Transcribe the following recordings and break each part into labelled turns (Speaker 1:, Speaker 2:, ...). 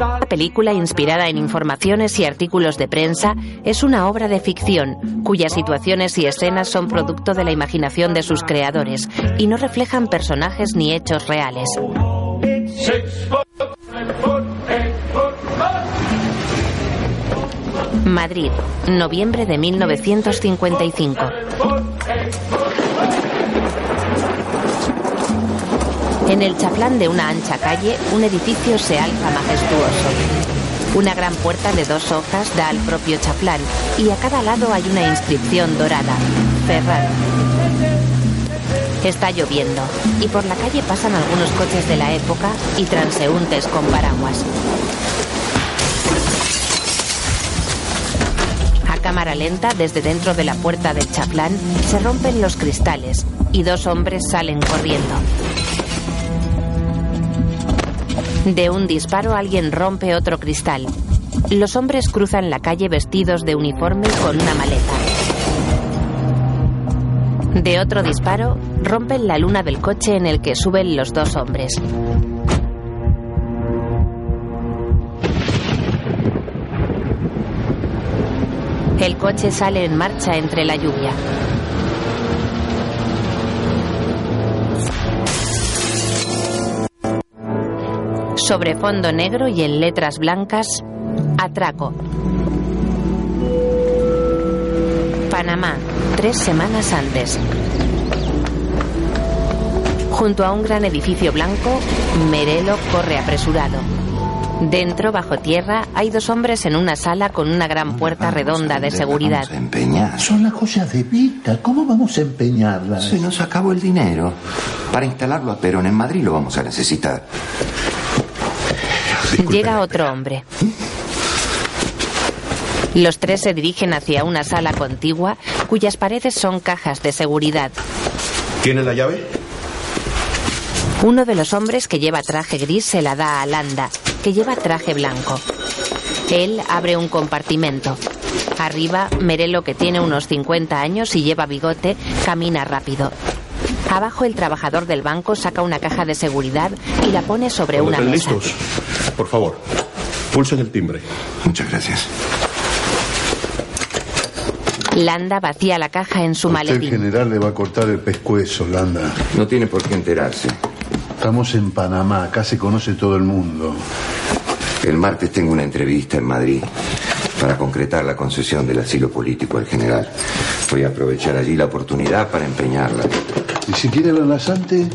Speaker 1: La película, inspirada en informaciones y artículos de prensa, es una obra de ficción, cuyas situaciones y escenas son producto de la imaginación de sus creadores y no reflejan personajes ni hechos reales. Madrid, noviembre de 1955. En el chaflán de una ancha calle, un edificio se alza majestuoso. Una gran puerta de dos hojas da al propio chaflán y a cada lado hay una inscripción dorada, cerrada. Está lloviendo y por la calle pasan algunos coches de la época y transeúntes con paraguas. cámara lenta, desde dentro de la puerta del chaplán, se rompen los cristales y dos hombres salen corriendo. De un disparo alguien rompe otro cristal. Los hombres cruzan la calle vestidos de uniforme y con una maleta. De otro disparo, rompen la luna del coche en el que suben los dos hombres. El coche sale en marcha entre la lluvia. Sobre fondo negro y en letras blancas, atraco. Panamá, tres semanas antes. Junto a un gran edificio blanco, Merelo corre apresurado. Dentro, bajo tierra, hay dos hombres en una sala con una gran puerta vamos redonda de seguridad.
Speaker 2: Vamos a empeñar.
Speaker 3: Son las cosas de Vita. ¿Cómo vamos a empeñarlas?
Speaker 2: Se nos acabó el dinero. Para instalarlo a Perón en Madrid lo vamos a necesitar.
Speaker 1: Disculpen. Llega otro hombre. Los tres se dirigen hacia una sala contigua cuyas paredes son cajas de seguridad.
Speaker 4: ¿Tiene la llave?
Speaker 1: Uno de los hombres que lleva traje gris se la da a Landa, que lleva traje blanco. Él abre un compartimento. Arriba, Merelo, que tiene unos 50 años y lleva bigote, camina rápido. Abajo, el trabajador del banco saca una caja de seguridad y la pone sobre
Speaker 4: Cuando
Speaker 1: una
Speaker 4: estén
Speaker 1: mesa.
Speaker 4: listos? Por favor, pulsen el timbre.
Speaker 2: Muchas gracias.
Speaker 1: Landa vacía la caja en su
Speaker 5: El
Speaker 1: maletín.
Speaker 5: general le va a cortar el pescuezo, Landa.
Speaker 2: No tiene por qué enterarse.
Speaker 5: Estamos en Panamá, acá se conoce todo el mundo.
Speaker 2: El martes tengo una entrevista en Madrid para concretar la concesión del asilo político al general. Voy a aprovechar allí la oportunidad para empeñarla.
Speaker 5: Y si quiere verlas antes,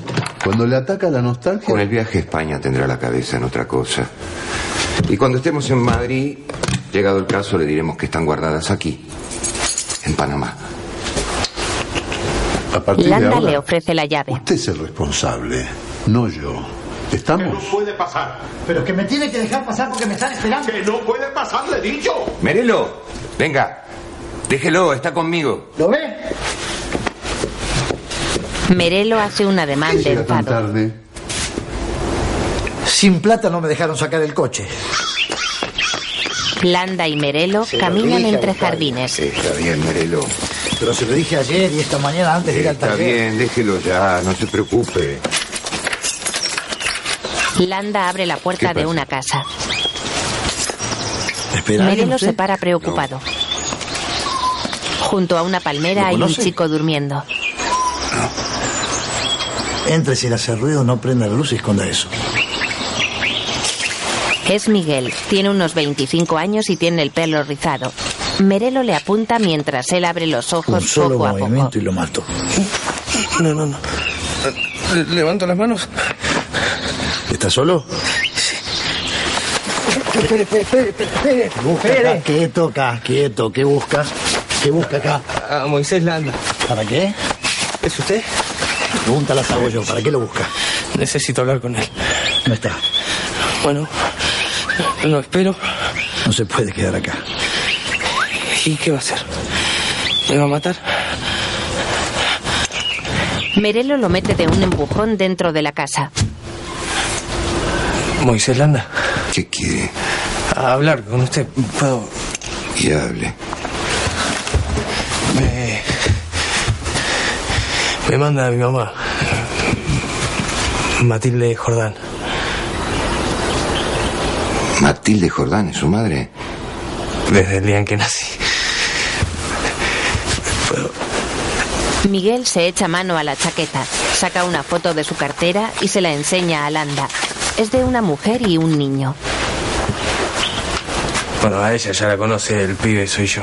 Speaker 5: cuando le ataca la nostalgia,
Speaker 2: Con el viaje a España tendrá la cabeza en otra cosa. Y cuando estemos en Madrid, llegado el caso, le diremos que están guardadas aquí, en Panamá.
Speaker 5: a partir de
Speaker 1: Landa le
Speaker 5: ahora,
Speaker 1: ofrece la llave.
Speaker 5: usted es el responsable, no yo. ¿Estamos?
Speaker 4: puede pasar.
Speaker 6: Pero que me tiene que dejar pasar porque me están esperando.
Speaker 4: Que no puede pasar, le he dicho.
Speaker 2: Merelo, venga, déjelo, está conmigo.
Speaker 6: ¿Lo ve?
Speaker 1: Merelo hace un ademán de
Speaker 5: Llega tan
Speaker 1: enfado.
Speaker 5: tarde.
Speaker 6: Sin plata no me dejaron sacar el coche.
Speaker 1: Landa y Merelo caminan entre jardines.
Speaker 2: Está bien, Merelo.
Speaker 6: Pero se lo dije ayer y esta mañana antes de ir al
Speaker 2: Está
Speaker 6: taller.
Speaker 2: bien, déjelo ya, no se preocupe.
Speaker 1: Landa abre la puerta
Speaker 2: ¿Qué
Speaker 1: de
Speaker 2: pasa?
Speaker 1: una casa.
Speaker 6: Espera, ¿alguien
Speaker 1: Merelo se
Speaker 6: usted?
Speaker 1: para preocupado. Junto a una palmera
Speaker 6: ¿Lo
Speaker 1: hay un
Speaker 6: conoce?
Speaker 1: chico durmiendo.
Speaker 6: Entre sin hacer ruido, no prenda la luz y esconda eso.
Speaker 1: Es Miguel, tiene unos 25 años y tiene el pelo rizado. Merelo le apunta mientras él abre los
Speaker 6: Un
Speaker 1: ojos
Speaker 6: solo
Speaker 1: poco a poco.
Speaker 6: movimiento y lo mato.
Speaker 7: No, no, no. Le- levanto las manos.
Speaker 6: ¿Estás solo?
Speaker 7: Espere, espere, espere, espere, espere.
Speaker 6: Busca acá, quieto acá, quieto. ¿Qué busca? ¿Qué busca acá?
Speaker 7: A Ah, Moisés Landa.
Speaker 6: ¿Para qué?
Speaker 7: ¿Es usted?
Speaker 6: Pregunta las hago yo. ¿Para qué lo busca?
Speaker 7: Necesito hablar con él.
Speaker 6: No está.
Speaker 7: Bueno, lo espero.
Speaker 6: No se puede quedar acá.
Speaker 7: ¿Y qué va a hacer? ¿Me va a matar?
Speaker 1: Merelo lo mete de un empujón dentro de la casa.
Speaker 7: Moisés Landa.
Speaker 2: ¿Qué quiere?
Speaker 7: A hablar con usted. Puedo.
Speaker 2: Y hable.
Speaker 7: Me. Me manda mi mamá. Matilde Jordán.
Speaker 2: Matilde Jordán es su madre.
Speaker 7: Desde el día en que nací.
Speaker 1: Miguel se echa mano a la chaqueta, saca una foto de su cartera y se la enseña a Landa. Es de una mujer y un niño.
Speaker 7: Bueno, a ella ya la conoce el pibe, soy yo.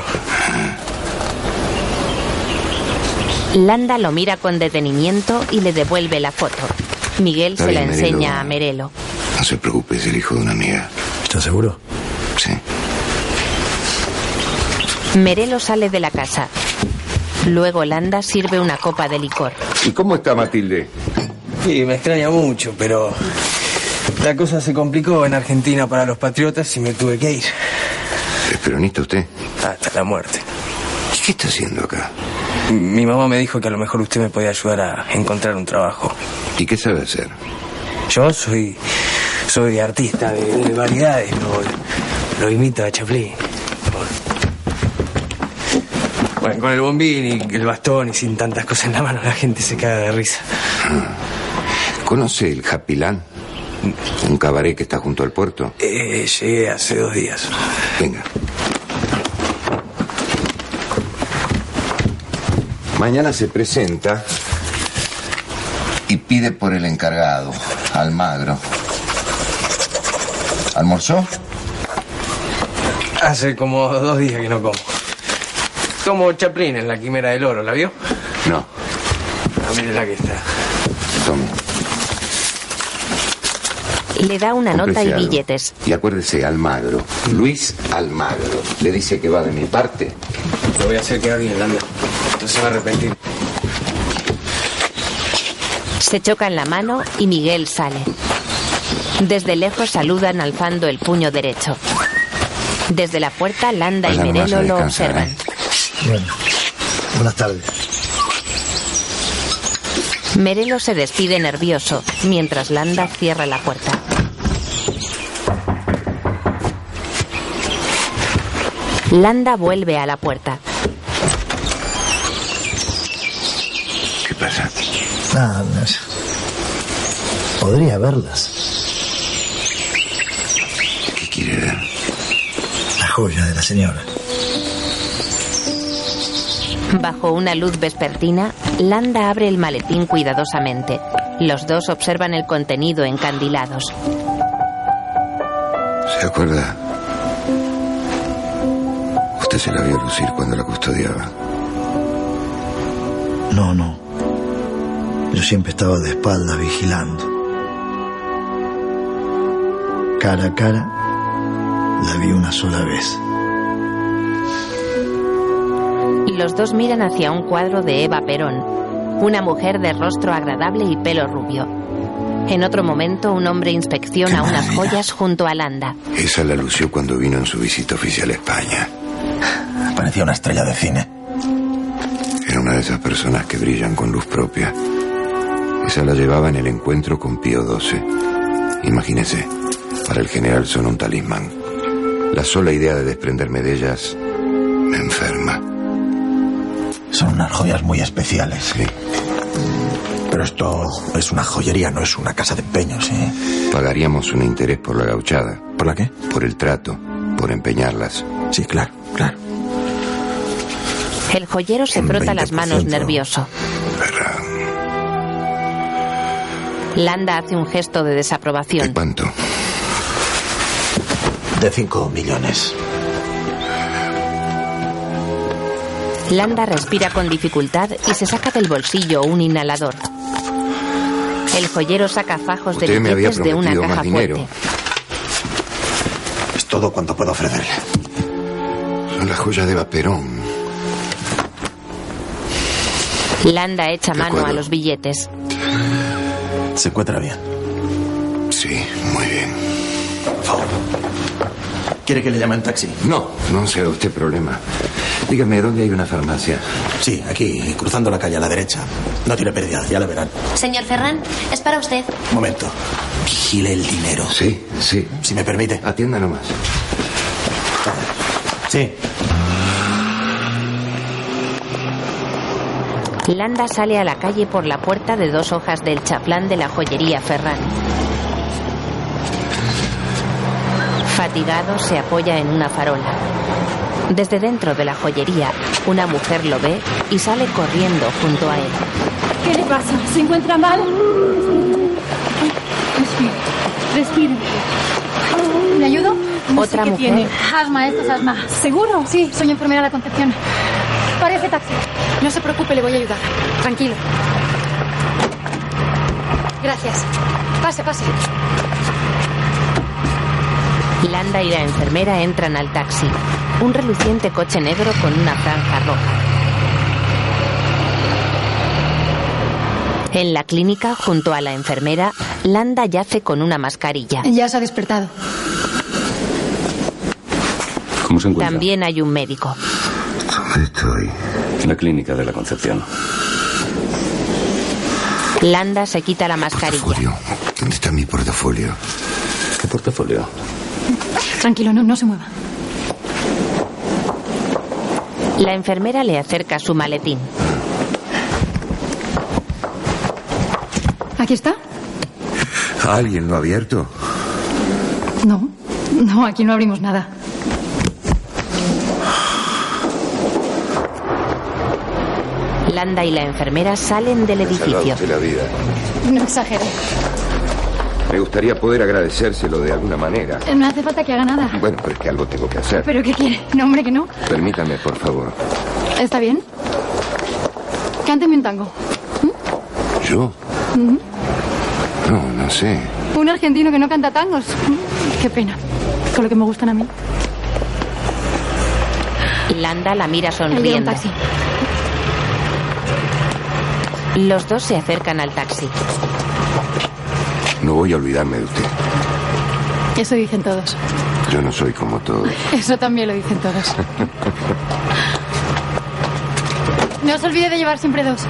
Speaker 1: Landa lo mira con detenimiento y le devuelve la foto. Miguel
Speaker 2: Está
Speaker 1: se la
Speaker 2: bien, Merelo.
Speaker 1: enseña a Merelo.
Speaker 2: No se preocupe, es el hijo de una amiga.
Speaker 8: ¿Estás seguro?
Speaker 2: Sí.
Speaker 1: Merelo sale de la casa. Luego Landa sirve una copa de licor.
Speaker 2: ¿Y cómo está Matilde?
Speaker 7: Sí, me extraña mucho, pero la cosa se complicó en Argentina para los patriotas y me tuve que ir.
Speaker 2: ¿Es peronista usted?
Speaker 7: Hasta la muerte.
Speaker 2: ¿Y qué está haciendo acá?
Speaker 7: Mi mamá me dijo que a lo mejor usted me podía ayudar a encontrar un trabajo.
Speaker 2: ¿Y qué sabe hacer?
Speaker 7: Yo soy soy artista de, de variedades, lo, lo imito a Chaplin. Bueno, con el bombín y el bastón y sin tantas cosas en la mano, la gente se caga de risa.
Speaker 2: Ah. ¿Conoce el Happy Land? Un cabaret que está junto al puerto.
Speaker 7: Eh, llegué hace dos días.
Speaker 2: Venga. Mañana se presenta y pide por el encargado, Almagro. ¿Almorzó?
Speaker 7: Hace como dos días que no como. Como Chaplin en la quimera del oro, ¿la vio?
Speaker 2: No.
Speaker 7: Ah, mire la que está.
Speaker 2: Tome.
Speaker 1: Le da una nota
Speaker 2: cómprese
Speaker 1: y
Speaker 2: algo.
Speaker 1: billetes.
Speaker 2: Y acuérdese, Almagro. Luis Almagro. Le dice que va de mi parte.
Speaker 7: Lo voy a hacer quedar bien, Landa. Entonces va a arrepentir.
Speaker 1: Se chocan la mano y Miguel sale. Desde lejos saludan alzando el puño derecho. Desde la puerta, Landa y
Speaker 2: Vaya nomás a
Speaker 1: Merelo lo
Speaker 2: descansar,
Speaker 1: observan.
Speaker 2: ¿eh?
Speaker 8: Bueno, buenas tardes.
Speaker 1: Merelo se despide nervioso, mientras Landa cierra la puerta. Landa vuelve a la puerta.
Speaker 2: ¿Qué pasa?
Speaker 8: Ah, no sé. Podría verlas.
Speaker 2: ¿Qué quiere ver?
Speaker 8: La joya de la señora.
Speaker 1: Bajo una luz vespertina, Landa abre el maletín cuidadosamente. Los dos observan el contenido encandilados.
Speaker 2: ¿Se acuerda? Usted se la vio lucir cuando la custodiaba.
Speaker 8: No, no. Yo siempre estaba de espaldas vigilando. Cara a cara, la vi una sola vez.
Speaker 1: Los dos miran hacia un cuadro de Eva Perón, una mujer de rostro agradable y pelo rubio. En otro momento, un hombre inspecciona
Speaker 2: Qué
Speaker 1: unas
Speaker 2: maravilla.
Speaker 1: joyas junto a Landa.
Speaker 2: Esa la lució cuando vino en su visita oficial a España.
Speaker 9: Parecía una estrella de cine.
Speaker 2: Era una de esas personas que brillan con luz propia. Esa la llevaba en el encuentro con Pío XII. Imagínese, para el general son un talismán. La sola idea de desprenderme de ellas me enferma.
Speaker 9: Son unas joyas muy especiales.
Speaker 2: Sí.
Speaker 9: Pero esto es una joyería, no es una casa de empeños, ¿eh?
Speaker 2: Pagaríamos un interés por la gauchada,
Speaker 9: ¿Por la qué?
Speaker 2: por el trato, por empeñarlas.
Speaker 9: Sí, claro, claro.
Speaker 1: El joyero se
Speaker 9: Un
Speaker 1: frota las manos
Speaker 9: 20%.
Speaker 1: nervioso. Landa hace un gesto de
Speaker 2: ¿De
Speaker 1: desaprobación.
Speaker 2: cuánto?
Speaker 9: De 5 millones.
Speaker 1: Landa respira con dificultad y se saca del bolsillo un inhalador. El joyero saca fajos de
Speaker 2: Usted me había
Speaker 1: billetes de una
Speaker 2: prometido más
Speaker 1: caja
Speaker 2: dinero.
Speaker 1: fuerte.
Speaker 9: Es todo cuanto puedo ofrecerle.
Speaker 2: Son las joyas de Vaperón.
Speaker 1: Landa echa
Speaker 2: De
Speaker 1: mano a
Speaker 2: acuerdo.
Speaker 1: los billetes.
Speaker 9: Se encuentra bien.
Speaker 2: Sí, muy bien.
Speaker 9: Por favor. ¿Quiere que le llame un taxi?
Speaker 2: No, no sea usted problema. Dígame, ¿dónde hay una farmacia?
Speaker 9: Sí, aquí, cruzando la calle a la derecha. No tiene pérdida, ya la verán.
Speaker 10: Señor Ferran, es para usted.
Speaker 9: Un momento. Vigile el dinero.
Speaker 2: Sí, sí.
Speaker 9: Si me permite.
Speaker 2: Atienda nomás.
Speaker 9: Sí.
Speaker 1: Landa sale a la calle por la puerta de dos hojas del chaplán de la joyería Ferran. Fatigado se apoya en una farola. Desde dentro de la joyería, una mujer lo ve y sale corriendo junto a él.
Speaker 11: ¿Qué le pasa? ¿Se encuentra mal? Respire, respire.
Speaker 10: ¿Le ayudo?
Speaker 1: Otra
Speaker 10: qué
Speaker 1: mujer.
Speaker 10: tiene. Asma, esto es asma. ¿Seguro? Sí, soy enfermera de la Concepción. Parece taxi. No se preocupe, le voy a ayudar. Tranquilo. Gracias. Pase, pase.
Speaker 1: Landa y la enfermera entran al taxi. Un reluciente coche negro con una franja roja. En la clínica, junto a la enfermera, Landa yace con una mascarilla.
Speaker 10: Ya se ha despertado.
Speaker 12: ¿Cómo se encuentra?
Speaker 1: También hay un médico.
Speaker 12: Estoy. En la clínica de la Concepción.
Speaker 1: Landa se quita la mascarilla.
Speaker 2: ¿Dónde está mi portafolio?
Speaker 12: ¿Qué portafolio?
Speaker 10: Tranquilo, no, no se mueva.
Speaker 1: La enfermera le acerca su maletín.
Speaker 10: ¿Aquí está?
Speaker 2: ¿Alguien lo ha abierto?
Speaker 10: No. No, aquí no abrimos nada.
Speaker 1: Landa y la enfermera salen del edificio.
Speaker 2: Salvaste la vida.
Speaker 10: No exagere.
Speaker 2: Me gustaría poder agradecérselo de alguna manera.
Speaker 10: Eh, No hace falta que haga nada.
Speaker 2: Bueno, pero es que algo tengo que hacer.
Speaker 10: ¿Pero qué quiere? No, hombre, que no.
Speaker 2: Permítame, por favor.
Speaker 10: ¿Está bien? Cánteme un tango.
Speaker 2: ¿Yo?
Speaker 10: Mm.
Speaker 2: No, no sé.
Speaker 10: Un argentino que no canta tangos. Qué pena. Con lo que me gustan a mí.
Speaker 1: Landa la mira
Speaker 10: Ahí llega un
Speaker 1: sonriendo.
Speaker 10: taxi.
Speaker 1: Los dos se acercan al taxi.
Speaker 2: No voy a olvidarme de usted.
Speaker 10: Eso dicen todos.
Speaker 2: Yo no soy como todos.
Speaker 10: Eso también lo dicen todos. No se olvide de llevar siempre dos.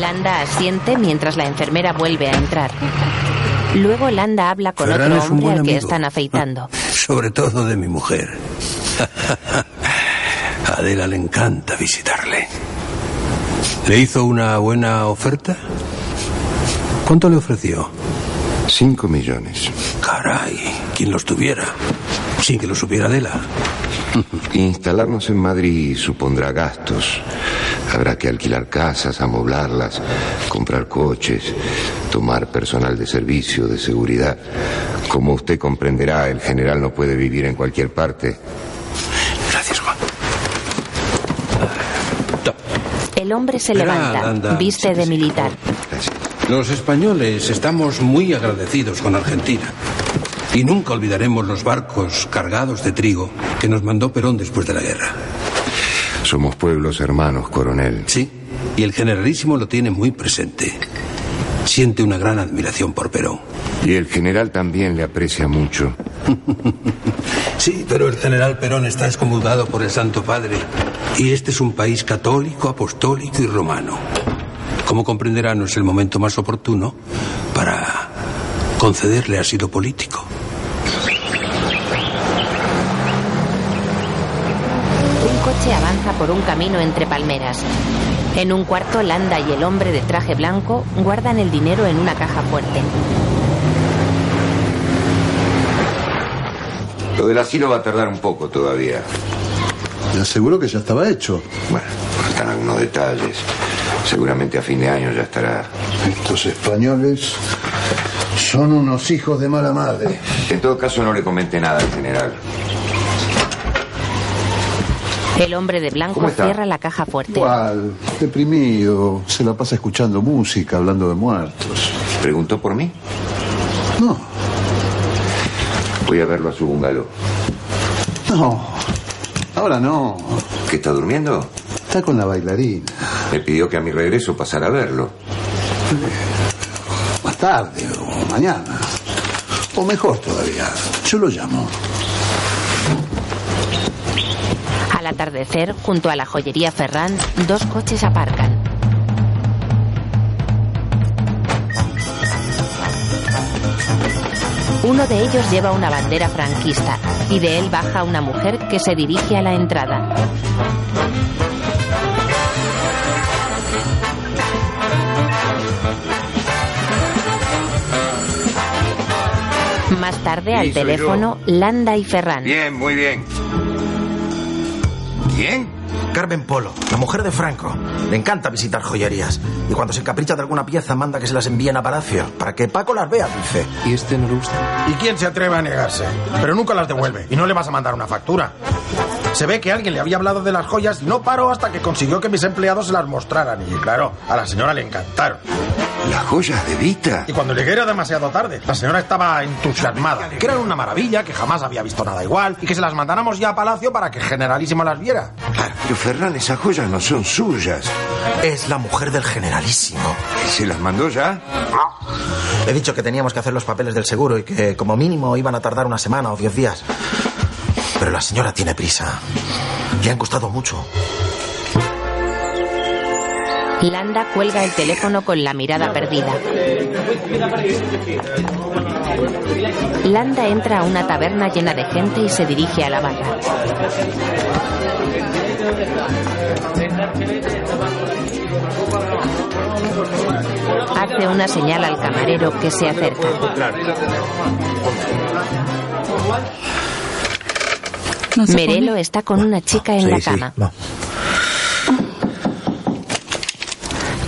Speaker 1: Landa asiente mientras la enfermera vuelve a entrar. Luego Landa habla con
Speaker 4: Ferran
Speaker 1: otro
Speaker 4: es un
Speaker 1: hombre
Speaker 4: buen
Speaker 1: al que
Speaker 4: amigo.
Speaker 1: están afeitando.
Speaker 4: Sobre todo de mi mujer. A Adela le encanta visitarle. ¿Le hizo una buena oferta? ¿Cuánto le ofreció?
Speaker 2: Cinco millones.
Speaker 4: Caray, quien los tuviera. Sin que lo supiera Adela.
Speaker 2: Instalarnos en Madrid supondrá gastos. Habrá que alquilar casas, amoblarlas, comprar coches, tomar personal de servicio, de seguridad. Como usted comprenderá, el general no puede vivir en cualquier parte.
Speaker 4: Gracias, Juan.
Speaker 1: El hombre se
Speaker 4: Verá,
Speaker 1: levanta,
Speaker 4: Landa,
Speaker 1: viste de militar.
Speaker 4: Los españoles estamos muy agradecidos con Argentina. Y nunca olvidaremos los barcos cargados de trigo que nos mandó Perón después de la guerra.
Speaker 2: Somos pueblos hermanos, coronel.
Speaker 4: Sí. Y el generalísimo lo tiene muy presente. Siente una gran admiración por Perón.
Speaker 2: Y el general también le aprecia mucho.
Speaker 4: Sí, pero el general Perón está excomulgado por el Santo Padre. Y este es un país católico, apostólico y romano. Como comprenderá, no es el momento más oportuno para concederle asilo político.
Speaker 1: Un coche avanza por un camino entre palmeras. En un cuarto, Landa y el hombre de traje blanco guardan el dinero en una caja fuerte.
Speaker 2: Lo del asilo va a tardar un poco todavía.
Speaker 5: Te aseguro que ya estaba hecho.
Speaker 2: Bueno, faltan algunos detalles. Seguramente a fin de año ya estará.
Speaker 5: Estos españoles son unos hijos de mala madre.
Speaker 2: En todo caso, no le comente nada al general.
Speaker 1: El hombre de blanco
Speaker 5: ¿Cómo está?
Speaker 1: cierra la caja fuerte.
Speaker 5: Igual, deprimido, se la pasa escuchando música, hablando de muertos.
Speaker 2: ¿Preguntó por mí?
Speaker 5: No,
Speaker 2: Voy a verlo a su bungalow.
Speaker 5: no. Ahora no.
Speaker 2: ¿Que está durmiendo?
Speaker 5: Está con la bailarina.
Speaker 2: Me pidió que a mi regreso pasara a verlo.
Speaker 5: Más tarde o mañana. O mejor todavía. Yo lo llamo.
Speaker 1: Al atardecer, junto a la joyería Ferran, dos coches aparcan. Uno de ellos lleva una bandera franquista y de él baja una mujer que se dirige a la entrada. Más tarde, al
Speaker 13: Sí, soy
Speaker 1: teléfono, Landa y Ferran.
Speaker 13: Bien, muy bien.
Speaker 9: ¿Quién? Carmen Polo, la mujer de Franco. Le encanta visitar joyerías. Y cuando se encapricha de alguna pieza, manda que se las envíen a Palacio. Para que Paco las vea, dice.
Speaker 13: ¿Y este no le gusta?
Speaker 4: ¿Y quién se atreve a negarse? Pero nunca las devuelve y no le vas a mandar una factura. Se ve que alguien le había hablado de las joyas y no paró hasta que consiguió que mis empleados se las mostraran. Y claro, a la señora le encantaron.
Speaker 2: Las joyas de Vita.
Speaker 4: Y cuando llegué era demasiado tarde. La señora estaba entusiasmada. Que eran una maravilla, que jamás había visto nada igual y que se las mandáramos ya a Palacio para que Generalísimo las viera.
Speaker 2: Claro, pero Ferran, esas joyas no son suyas.
Speaker 9: Es la mujer del generalísimo.
Speaker 2: ¿Se las mandó ya?
Speaker 9: He dicho que teníamos que hacer los papeles del seguro y que como mínimo iban a tardar una semana o diez días. Pero la señora tiene prisa. Le han costado mucho.
Speaker 1: Landa cuelga el teléfono con la mirada perdida. Landa entra a una taberna llena de gente y se dirige a la barra. Hace una señal al camarero que se acerca.
Speaker 9: pues,
Speaker 1: Merelo está con una chica en
Speaker 6: Sí,
Speaker 1: la
Speaker 6: sí,
Speaker 1: cama.
Speaker 6: no.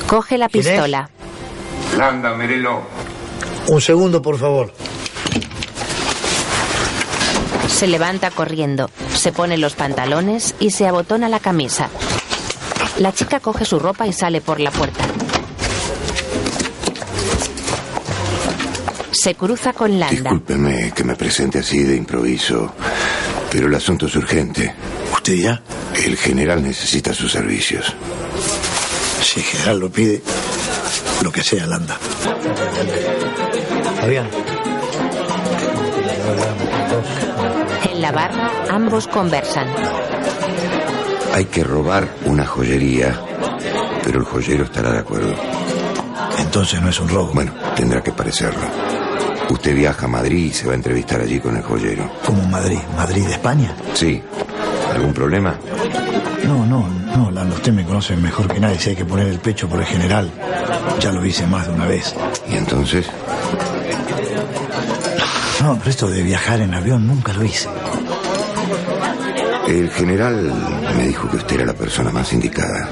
Speaker 1: Coge la
Speaker 6: ¿Quién es?
Speaker 1: pistola.
Speaker 13: Landa, Merelo.
Speaker 6: Un segundo, por favor.
Speaker 1: Se levanta corriendo, se pone los pantalones y se abotona la camisa. La chica coge su ropa y sale por la puerta. Se cruza con Landa.
Speaker 2: Discúlpeme que me presente así de improviso, pero el asunto es urgente.
Speaker 6: ¿Usted dirá?
Speaker 2: El general necesita sus servicios.
Speaker 6: Si general lo pide, lo que sea, Landa. Fabián.
Speaker 1: En la barra, ambos conversan.
Speaker 2: Hay que robar una joyería, pero el joyero estará de acuerdo.
Speaker 6: Entonces no es un robo.
Speaker 2: Bueno, tendrá que parecerlo. Usted viaja a Madrid y se va a entrevistar allí con el joyero.
Speaker 6: ¿Cómo Madrid? ¿Madrid de España?
Speaker 2: Sí. ¿Algún problema?
Speaker 6: No, no, no, Landa, usted me conoce mejor que nadie. Si hay que poner el pecho por el general, ya lo hice más de una vez.
Speaker 2: ¿Y entonces?
Speaker 6: No, pero esto de viajar en avión nunca lo hice.
Speaker 2: El general me dijo que usted era la persona más indicada.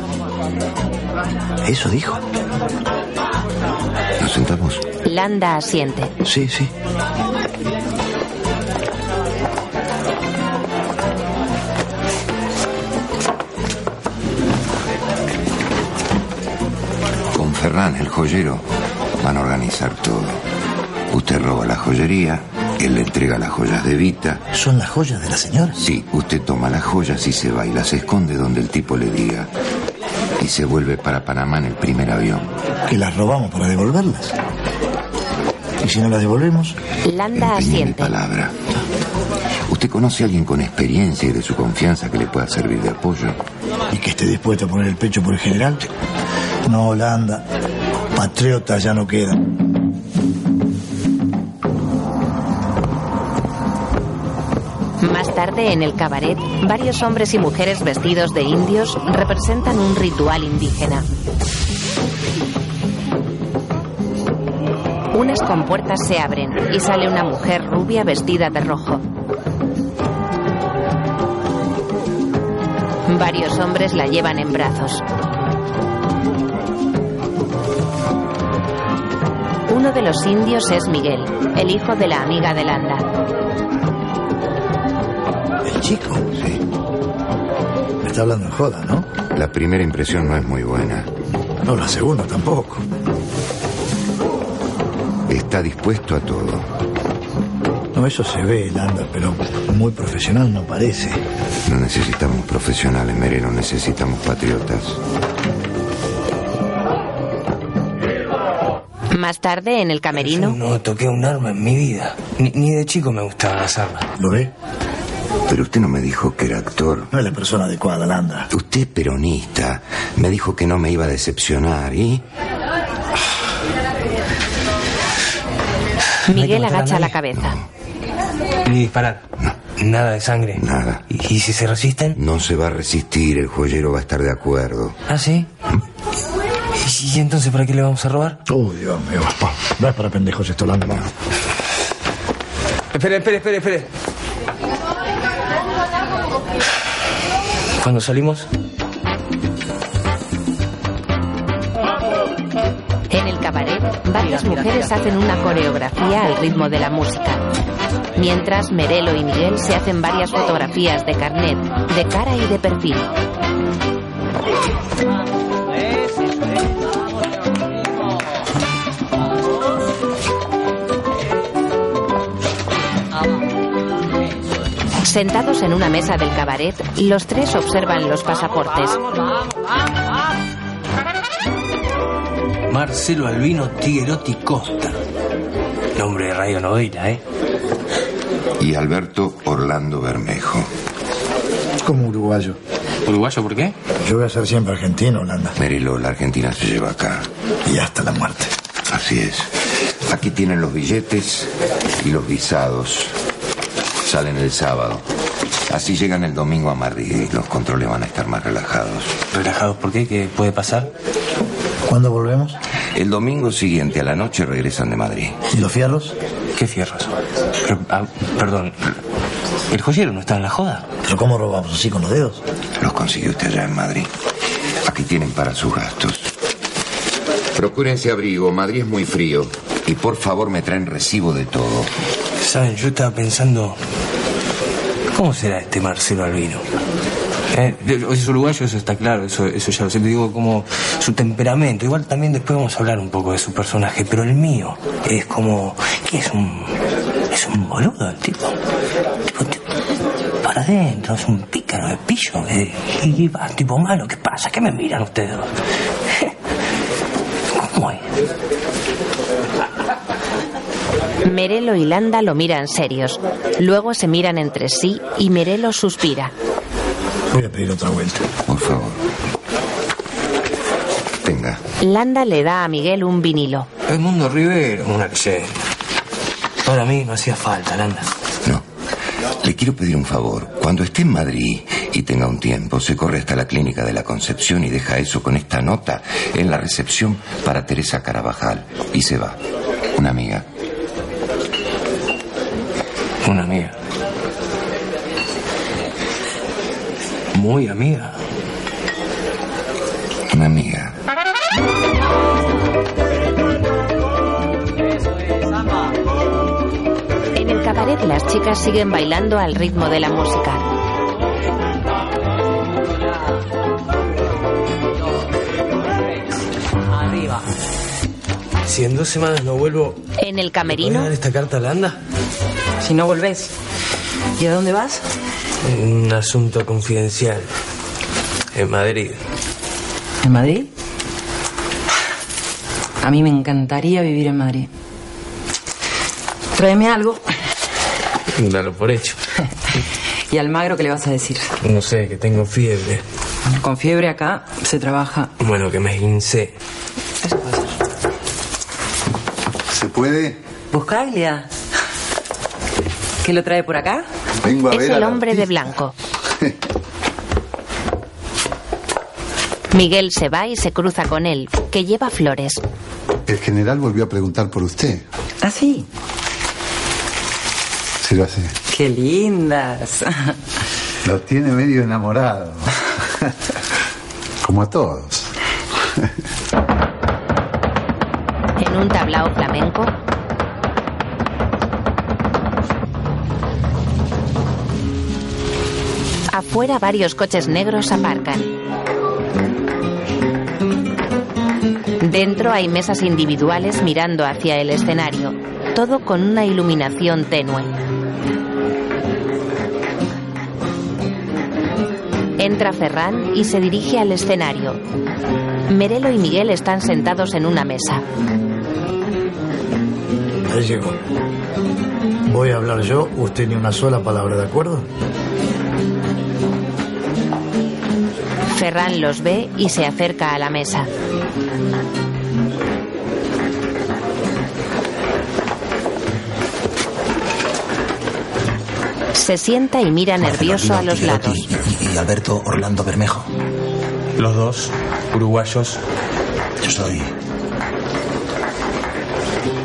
Speaker 6: ¿Eso dijo?
Speaker 2: ¿Nos sentamos?
Speaker 1: Landa asiente.
Speaker 6: Sí, sí.
Speaker 2: Con Ferran, el joyero, van a organizar todo. Usted roba la joyería, él le entrega las joyas de Vita.
Speaker 6: ¿Son las joyas de la señora?
Speaker 2: Sí, usted toma las joyas y se va y las esconde donde el tipo le diga. Y se vuelve para Panamá en el primer avión.
Speaker 6: Que las robamos para devolverlas. ¿Y si no las devolvemos?
Speaker 1: Landa
Speaker 2: Empeñe mi
Speaker 1: asiente.
Speaker 2: palabra. ¿Usted conoce a alguien con experiencia y de su confianza que le pueda servir de apoyo?
Speaker 6: ¿Y que esté dispuesto a poner el pecho por el general? No, Holanda. Patriotas ya no quedan.
Speaker 1: Más tarde, en el cabaret, varios hombres y mujeres vestidos de indios representan un ritual indígena. Unas compuertas se abren y sale una mujer rubia vestida de rojo. Varios hombres la llevan en brazos. Uno de los indios es Miguel, el hijo de la amiga de Landa.
Speaker 6: El chico. Sí. Me está hablando en joda, ¿no?
Speaker 2: La primera impresión no es muy buena.
Speaker 6: No, la segunda tampoco.
Speaker 2: Está dispuesto a todo.
Speaker 6: No, eso se ve, Landa, pero muy profesional no parece.
Speaker 2: No necesitamos profesionales, Mereno, necesitamos patriotas.
Speaker 1: Más tarde, en el camerino,
Speaker 7: No toqué un arma en mi vida. Ni, ni de chico me gustaban las armas.
Speaker 6: ¿Lo ve?
Speaker 2: Pero usted no me dijo que era actor.
Speaker 6: No es la persona adecuada, Landa.
Speaker 2: Usted, peronista, me dijo que no me iba a decepcionar y...
Speaker 1: Miguel
Speaker 7: matar a
Speaker 1: agacha la
Speaker 7: nadie.
Speaker 1: cabeza.
Speaker 7: Ni disparar. Nada de sangre.
Speaker 2: Nada.
Speaker 7: ¿Y, y si se resisten?
Speaker 2: No se va a resistir, el joyero va a estar de acuerdo.
Speaker 7: ¿Ah, sí? ¿Y, y entonces para qué le vamos a robar?
Speaker 6: Oh, Dios mío. No es para pendejos esto, Landa.
Speaker 7: Espere, espere, espere, espere. ¿Cuándo salimos?
Speaker 1: En el cabaret, varias mujeres hacen una coreografía al ritmo de la música. Mientras, Merelo y Miguel se hacen varias fotografías de carnet, de cara y de perfil. Sentados en una mesa del cabaret, los tres observan los pasaportes.
Speaker 7: Marcelo Albino Tiguerotti Costa. Nombre de Radio Novela, ¿eh?
Speaker 2: Y Alberto Orlando Bermejo.
Speaker 8: Como uruguayo.
Speaker 7: ¿Uruguayo por qué?
Speaker 8: Yo voy a ser siempre argentino, Holanda.
Speaker 2: Merilo, la Argentina se lleva acá.
Speaker 8: Y hasta la muerte.
Speaker 2: Así es. Aquí tienen los billetes y los visados. Salen el sábado. Así llegan el domingo a Madrid y los controles van a estar más relajados.
Speaker 7: ¿Relajados por qué? ¿Qué puede pasar?
Speaker 8: ¿Cuándo volvemos?
Speaker 2: El domingo siguiente a la noche regresan de Madrid.
Speaker 8: ¿Y los fierros?
Speaker 7: ¿Qué fierros? Pero, ah, perdón, ¿el joyero no está en la joda?
Speaker 8: ¿Pero cómo robamos así con los dedos?
Speaker 2: Los consiguió usted allá en Madrid. Aquí tienen para sus gastos. Procúrense abrigo, Madrid es muy frío. Y por favor me traen recibo de todo.
Speaker 7: Saben, yo estaba pensando. ¿Cómo será este Marcelo Albino? Eh, es uruguayo, eso está claro, eso, eso ya lo sé. Te digo como su temperamento. Igual también después vamos a hablar un poco de su personaje, pero el mío es como. ¿Qué es un. Es un boludo el tipo. Tipo, ti- para adentro, es un pícaro de pillo. eh, y, y va, tipo malo, ¿qué pasa? ¿Qué me miran ustedes dos? ¿Cómo es?
Speaker 1: Merelo y Landa lo miran serios. Luego se miran entre sí y Merelo suspira.
Speaker 8: Voy a pedir otra vuelta.
Speaker 2: Por favor. Tenga.
Speaker 1: Landa le da a Miguel un vinilo.
Speaker 7: Edmundo Rivero, una leyenda. Para mí no hacía falta, Landa.
Speaker 2: Le quiero pedir un favor. Cuando esté en Madrid y tenga un tiempo, se corre hasta la clínica de la Concepción y deja eso con esta nota en la recepción para Teresa Carabajal. Y se va. Una amiga.
Speaker 7: Una amiga. Muy amiga.
Speaker 2: Una amiga.
Speaker 1: En el cabaret las chicas siguen bailando al ritmo de la música.
Speaker 7: Arriba. Si en dos semanas no vuelvo.
Speaker 1: En el
Speaker 7: ¿Puedo
Speaker 1: camerino,
Speaker 7: dar esta carta a Landa?
Speaker 14: Si no volvés. ¿Y a dónde vas?
Speaker 7: Un asunto confidencial. En Madrid.
Speaker 14: ¿En Madrid? A mí me encantaría vivir en Madrid. Tráeme algo.
Speaker 7: Claro, por hecho.
Speaker 14: ¿Y al magro qué le vas a decir?
Speaker 7: No sé, que tengo fiebre.
Speaker 14: Con fiebre acá se trabaja.
Speaker 7: Bueno, que me esguincé.
Speaker 5: ¿Se puede?
Speaker 14: ¿Buscaglia? ¿Qué lo trae por acá?
Speaker 5: Vengo a
Speaker 1: es
Speaker 5: ver
Speaker 1: el
Speaker 5: al
Speaker 1: hombre de blanco. Miguel se va y se cruza con él, que lleva flores.
Speaker 5: El general volvió a preguntar por usted.
Speaker 14: ¿Ah, sí?
Speaker 5: Se lo hace.
Speaker 14: ¡Qué lindas!
Speaker 5: Lo tiene medio enamorado. Como a todos.
Speaker 1: En un tablao flamenco, afuera varios coches negros aparcan. Dentro hay mesas individuales mirando hacia el escenario, todo con una iluminación tenue. Entra Ferran y se dirige al escenario. Merelo y Miguel están sentados en una mesa.
Speaker 8: Ahí llegó. Voy a hablar yo, usted ni una sola palabra, ¿de acuerdo?
Speaker 1: Ferran los ve y se acerca a la mesa. Se sienta y mira nervioso a los lados.
Speaker 9: Y Alberto Orlando Bermejo.
Speaker 7: Los dos, uruguayos.
Speaker 9: Yo soy.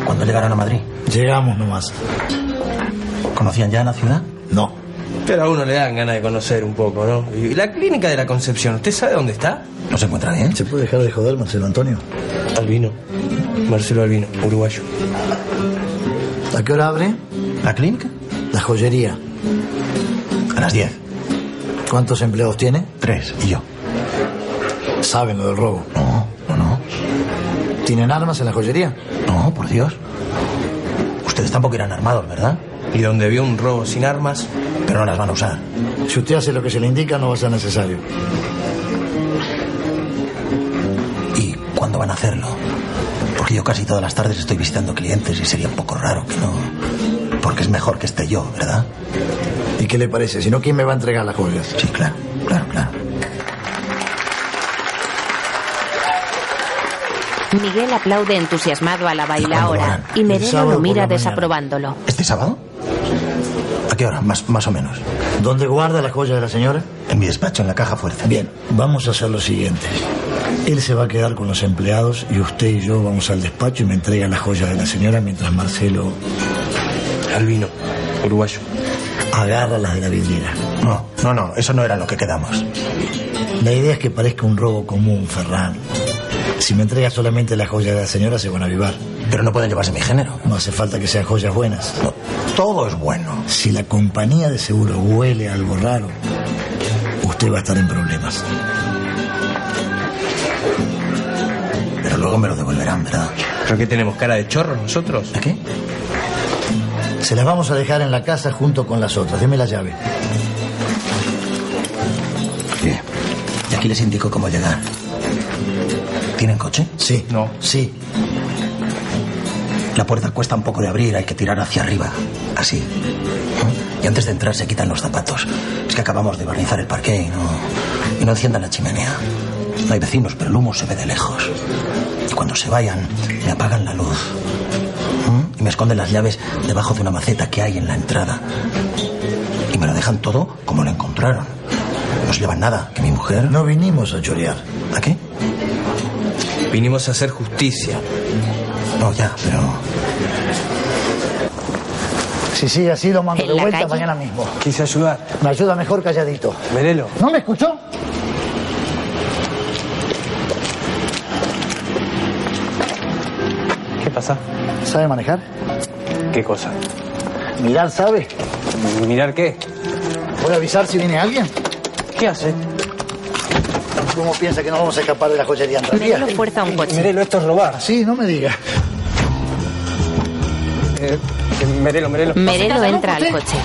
Speaker 9: ¿Cuándo llegaron a Madrid?
Speaker 8: Llegamos nomás.
Speaker 4: ¿Conocían ya la ciudad?
Speaker 7: No. Pero a uno le dan ganas de conocer un poco, ¿no? Y la clínica de la Concepción, ¿usted sabe dónde está?
Speaker 4: ¿No se encuentra bien?
Speaker 6: ¿Se puede dejar de joder, Marcelo Antonio?
Speaker 7: Albino. Marcelo Albino, uruguayo.
Speaker 14: ¿A qué hora abre?
Speaker 4: ¿La clínica?
Speaker 14: La joyería.
Speaker 4: A las 10.
Speaker 14: ¿Cuántos empleados tiene?
Speaker 4: Tres. ¿Y yo?
Speaker 14: ¿Saben lo del robo?
Speaker 4: No, no, no.
Speaker 14: ¿Tienen armas en la joyería?
Speaker 4: No, por Dios. Ustedes tampoco eran armados, ¿verdad?
Speaker 7: Y donde vio un robo sin armas,
Speaker 4: pero no las van a usar.
Speaker 14: Si usted hace lo que se le indica, no va a ser necesario.
Speaker 4: ¿Y cuándo van a hacerlo? Porque yo casi todas las tardes estoy visitando clientes y sería un poco raro que no. Porque es mejor que esté yo, ¿verdad?
Speaker 14: ¿Y qué le parece? Si no, ¿quién me va a entregar las joyas?
Speaker 4: Sí, claro, claro, claro.
Speaker 1: Miguel aplaude entusiasmado a la bailaora y Merelo lo mira desaprobándolo.
Speaker 4: ¿Este sábado? ¿A qué hora? Más, más o menos.
Speaker 14: ¿Dónde guarda la joya de la señora?
Speaker 4: En mi despacho, en la caja fuerte.
Speaker 6: Bien, vamos a hacer lo siguiente. Él se va a quedar con los empleados y usted y yo vamos al despacho y me entrega la joya de la señora mientras Marcelo
Speaker 7: Albino, uruguayo.
Speaker 6: agarra las de la vidriera.
Speaker 4: No, no, no, eso no era lo que quedamos.
Speaker 6: La idea es que parezca un robo común, Ferran. Si me entrega solamente la joya de la señora, se van a avivar.
Speaker 4: Pero no pueden llevarse mi género.
Speaker 6: No hace falta que sean joyas buenas.
Speaker 4: No, todo es bueno.
Speaker 6: Si la compañía de seguros huele a algo raro, usted va a estar en problemas.
Speaker 4: Pero luego me lo devolverán, ¿verdad?
Speaker 7: ¿Pero qué tenemos? ¿Cara de chorro nosotros?
Speaker 4: ¿A qué?
Speaker 6: Se las vamos a dejar en la casa junto con las otras. Deme la llave.
Speaker 4: Bien. Y aquí les indico cómo llegar. ¿Tienen coche?
Speaker 6: Sí.
Speaker 7: No.
Speaker 6: Sí.
Speaker 4: La puerta cuesta un poco de abrir, hay que tirar hacia arriba. Así. Y antes de entrar se quitan los zapatos. Es que acabamos de barnizar el parque y no, y no enciendan la chimenea. No hay vecinos, pero el humo se ve de lejos. Y cuando se vayan, me apagan la luz. ¿Mm? Y me esconden las llaves debajo de una maceta que hay en la entrada. Y me lo dejan todo como lo encontraron. No se llevan nada, que mi mujer...
Speaker 6: No vinimos a chorear.
Speaker 4: ¿A qué?
Speaker 7: Vinimos a hacer justicia.
Speaker 4: No, ya, pero...
Speaker 14: Si sigue así, lo mando
Speaker 1: ¿En
Speaker 14: de
Speaker 1: la
Speaker 14: vuelta
Speaker 1: calle?
Speaker 14: mañana mismo.
Speaker 7: Quise ayudar.
Speaker 14: Me ayuda mejor calladito.
Speaker 7: Merelo.
Speaker 14: ¿No me escuchó?
Speaker 7: ¿Qué pasa?
Speaker 14: ¿Sabe manejar?
Speaker 7: ¿Qué cosa?
Speaker 14: Mirar, ¿sabe?
Speaker 7: ¿Mirar qué?
Speaker 14: ¿Puede avisar si viene alguien?
Speaker 7: ¿Qué hace?
Speaker 14: ¿Cómo piensa que nos vamos a escapar de la joyería
Speaker 1: Merelo
Speaker 14: Andrea?
Speaker 1: fuerza un coche.
Speaker 7: Merelo, esto es robar.
Speaker 14: Sí, no me diga.
Speaker 7: Eh, eh, merelo, Merelo.
Speaker 1: Merelo entra al coche.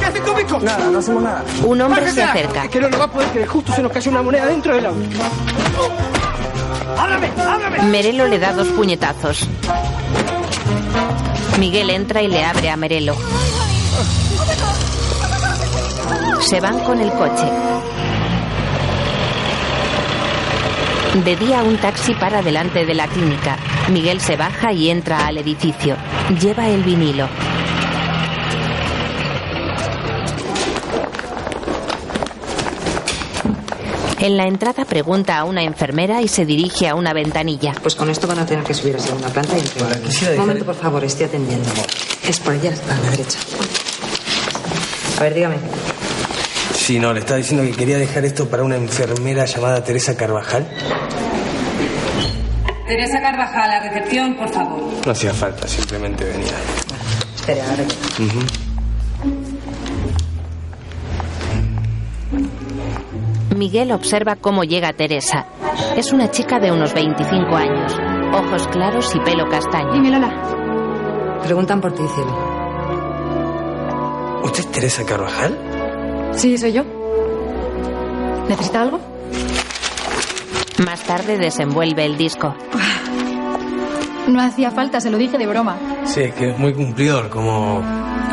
Speaker 9: ¿Qué hace tu bico?
Speaker 7: Nada, no hacemos nada.
Speaker 1: Un hombre se acerca.
Speaker 9: Es que no lo va a poder creer. Justo se nos cayó una moneda dentro del auto. ¡Ábrame! ¡Ábrame!
Speaker 1: Merelo le da dos puñetazos. Miguel entra y le abre a Merelo. Se van con el coche. De día un taxi para delante de la clínica. Miguel se baja y entra al edificio. Lleva el vinilo. En la entrada pregunta a una enfermera y se dirige a una ventanilla.
Speaker 15: Pues con esto van a tener que subir a segunda planta y
Speaker 7: quisiera
Speaker 15: Un
Speaker 7: dejar-
Speaker 15: momento, por favor, estoy atendiendo. Es por allá, a la derecha. A ver, dígame.
Speaker 7: Sí, no, le estaba diciendo que quería dejar esto para una enfermera llamada Teresa Carvajal.
Speaker 15: Teresa Carvajal, a recepción, por favor.
Speaker 7: No hacía falta, simplemente venía.
Speaker 15: Espera, a ver.
Speaker 1: Miguel observa cómo llega Teresa. Es una chica de unos 25 años, ojos claros y pelo castaño.
Speaker 10: Dime, Lola.
Speaker 15: Preguntan por ti, cielo.
Speaker 7: ¿Usted es Teresa Carvajal?
Speaker 10: Sí, soy yo. ¿Necesita algo?
Speaker 1: Más tarde desenvuelve el disco.
Speaker 10: No hacía falta, se lo dije de broma.
Speaker 7: Sí, es que es muy cumplidor, como,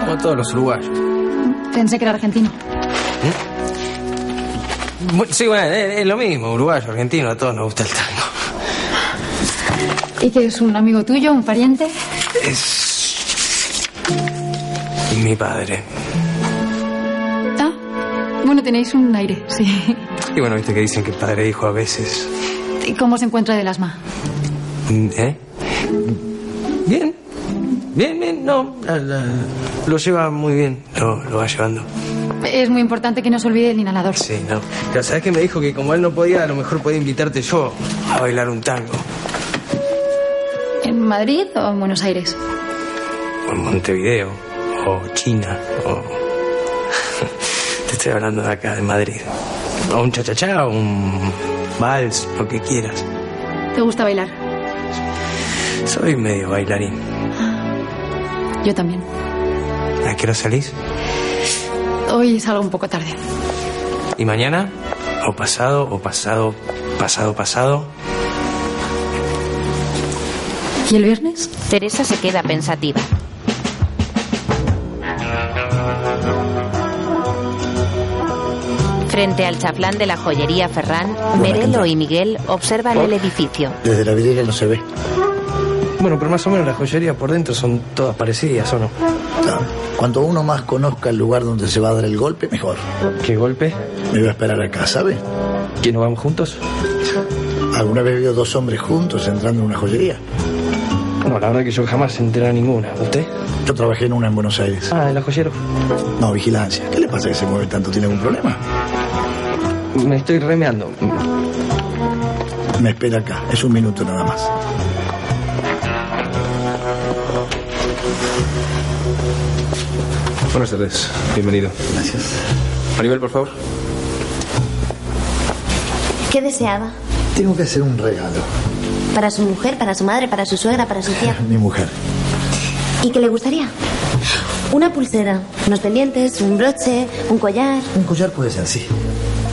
Speaker 7: como todos los uruguayos.
Speaker 10: Pensé que era argentino.
Speaker 7: Bu- Sí, bueno, es, es lo mismo, uruguayo, argentino, a todos nos gusta el tango.
Speaker 10: ¿Y que es un amigo tuyo, un pariente?
Speaker 7: Es mi padre.
Speaker 10: Ah, bueno, tenéis un aire, sí.
Speaker 7: Y bueno, viste que dicen que padre e hijo a veces.
Speaker 10: ¿Y cómo se encuentra del asma?
Speaker 7: Mm, ¿Eh? Bien. Bien, bien, no. la- la- lo lleva muy bien. Lo, lo va llevando.
Speaker 10: Es muy importante que no se olvide el inhalador.
Speaker 7: Sí, no. Pero sabes que me dijo que como él no podía, a lo mejor podía invitarte yo a bailar un tango.
Speaker 10: ¿En Madrid o en Buenos Aires?
Speaker 7: O en Montevideo. O China. O. Te estoy hablando de acá, de Madrid. O un chachachá, o un vals, lo que quieras.
Speaker 10: ¿Te gusta bailar?
Speaker 7: Soy medio bailarín.
Speaker 10: Yo también.
Speaker 7: ¿A qué hora salís?
Speaker 10: Hoy salgo un poco tarde.
Speaker 7: ¿Y mañana? ¿O pasado? ¿O pasado? ¿Pasado? ¿Pasado?
Speaker 1: ¿Y el viernes? Teresa se queda pensativa. Frente al chaplán de la joyería Ferrán, Merelo y Miguel observan
Speaker 15: Oh.
Speaker 1: el edificio.
Speaker 7: Desde la vidriera no se ve. Bueno, pero más o menos las joyerías por dentro son todas parecidas, ¿o no?
Speaker 6: Cuanto uno más conozca el lugar donde se va a dar el golpe, mejor.
Speaker 7: ¿Qué golpe?
Speaker 6: Me iba a esperar acá, ¿sabe?
Speaker 7: ¿Que no vamos juntos?
Speaker 6: ¿Alguna vez vio dos hombres juntos entrando en una joyería?
Speaker 7: No, la verdad que yo jamás entré a ninguna. ¿Usted?
Speaker 6: Yo trabajé en una en Buenos Aires.
Speaker 7: Ah, en la joyería.
Speaker 6: No, vigilancia. ¿Qué le pasa que se mueve tanto? ¿Tiene algún problema?
Speaker 7: Me estoy remeando.
Speaker 6: Me espera acá. Es un minuto nada más.
Speaker 16: Buenas tardes, bienvenido. Gracias. Maribel, por favor.
Speaker 17: ¿Qué deseaba?
Speaker 6: Tengo que hacer un regalo.
Speaker 17: Para su mujer, para su madre, para su suegra, para su tía.
Speaker 6: Mi mujer.
Speaker 17: ¿Y qué le gustaría? Una pulsera, unos pendientes, un broche, un collar.
Speaker 6: Un collar puede ser, sí.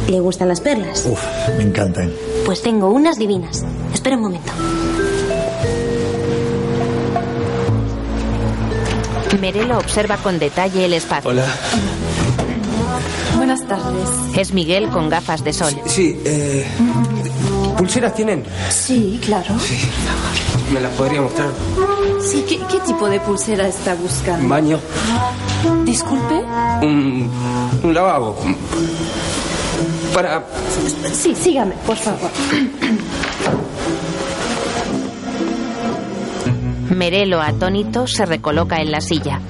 Speaker 17: ¿Le gustan las perlas?
Speaker 6: Uf, me ¿eh? encantan.
Speaker 17: Pues tengo unas divinas. Espera un momento.
Speaker 1: Merelo observa con detalle el espacio.
Speaker 7: Hola.
Speaker 1: Buenas tardes. Es Miguel con gafas de sol.
Speaker 7: Sí, eh. ¿Pulseras tienen?
Speaker 18: Sí, claro.
Speaker 7: Me las podría mostrar.
Speaker 18: Sí, ¿qué, qué tipo de pulsera está buscando?
Speaker 7: Baño.
Speaker 18: Disculpe.
Speaker 7: Un, un lavabo. Para.
Speaker 18: Sí, sígame, por favor.
Speaker 1: Merelo, atónito, se recoloca en la silla.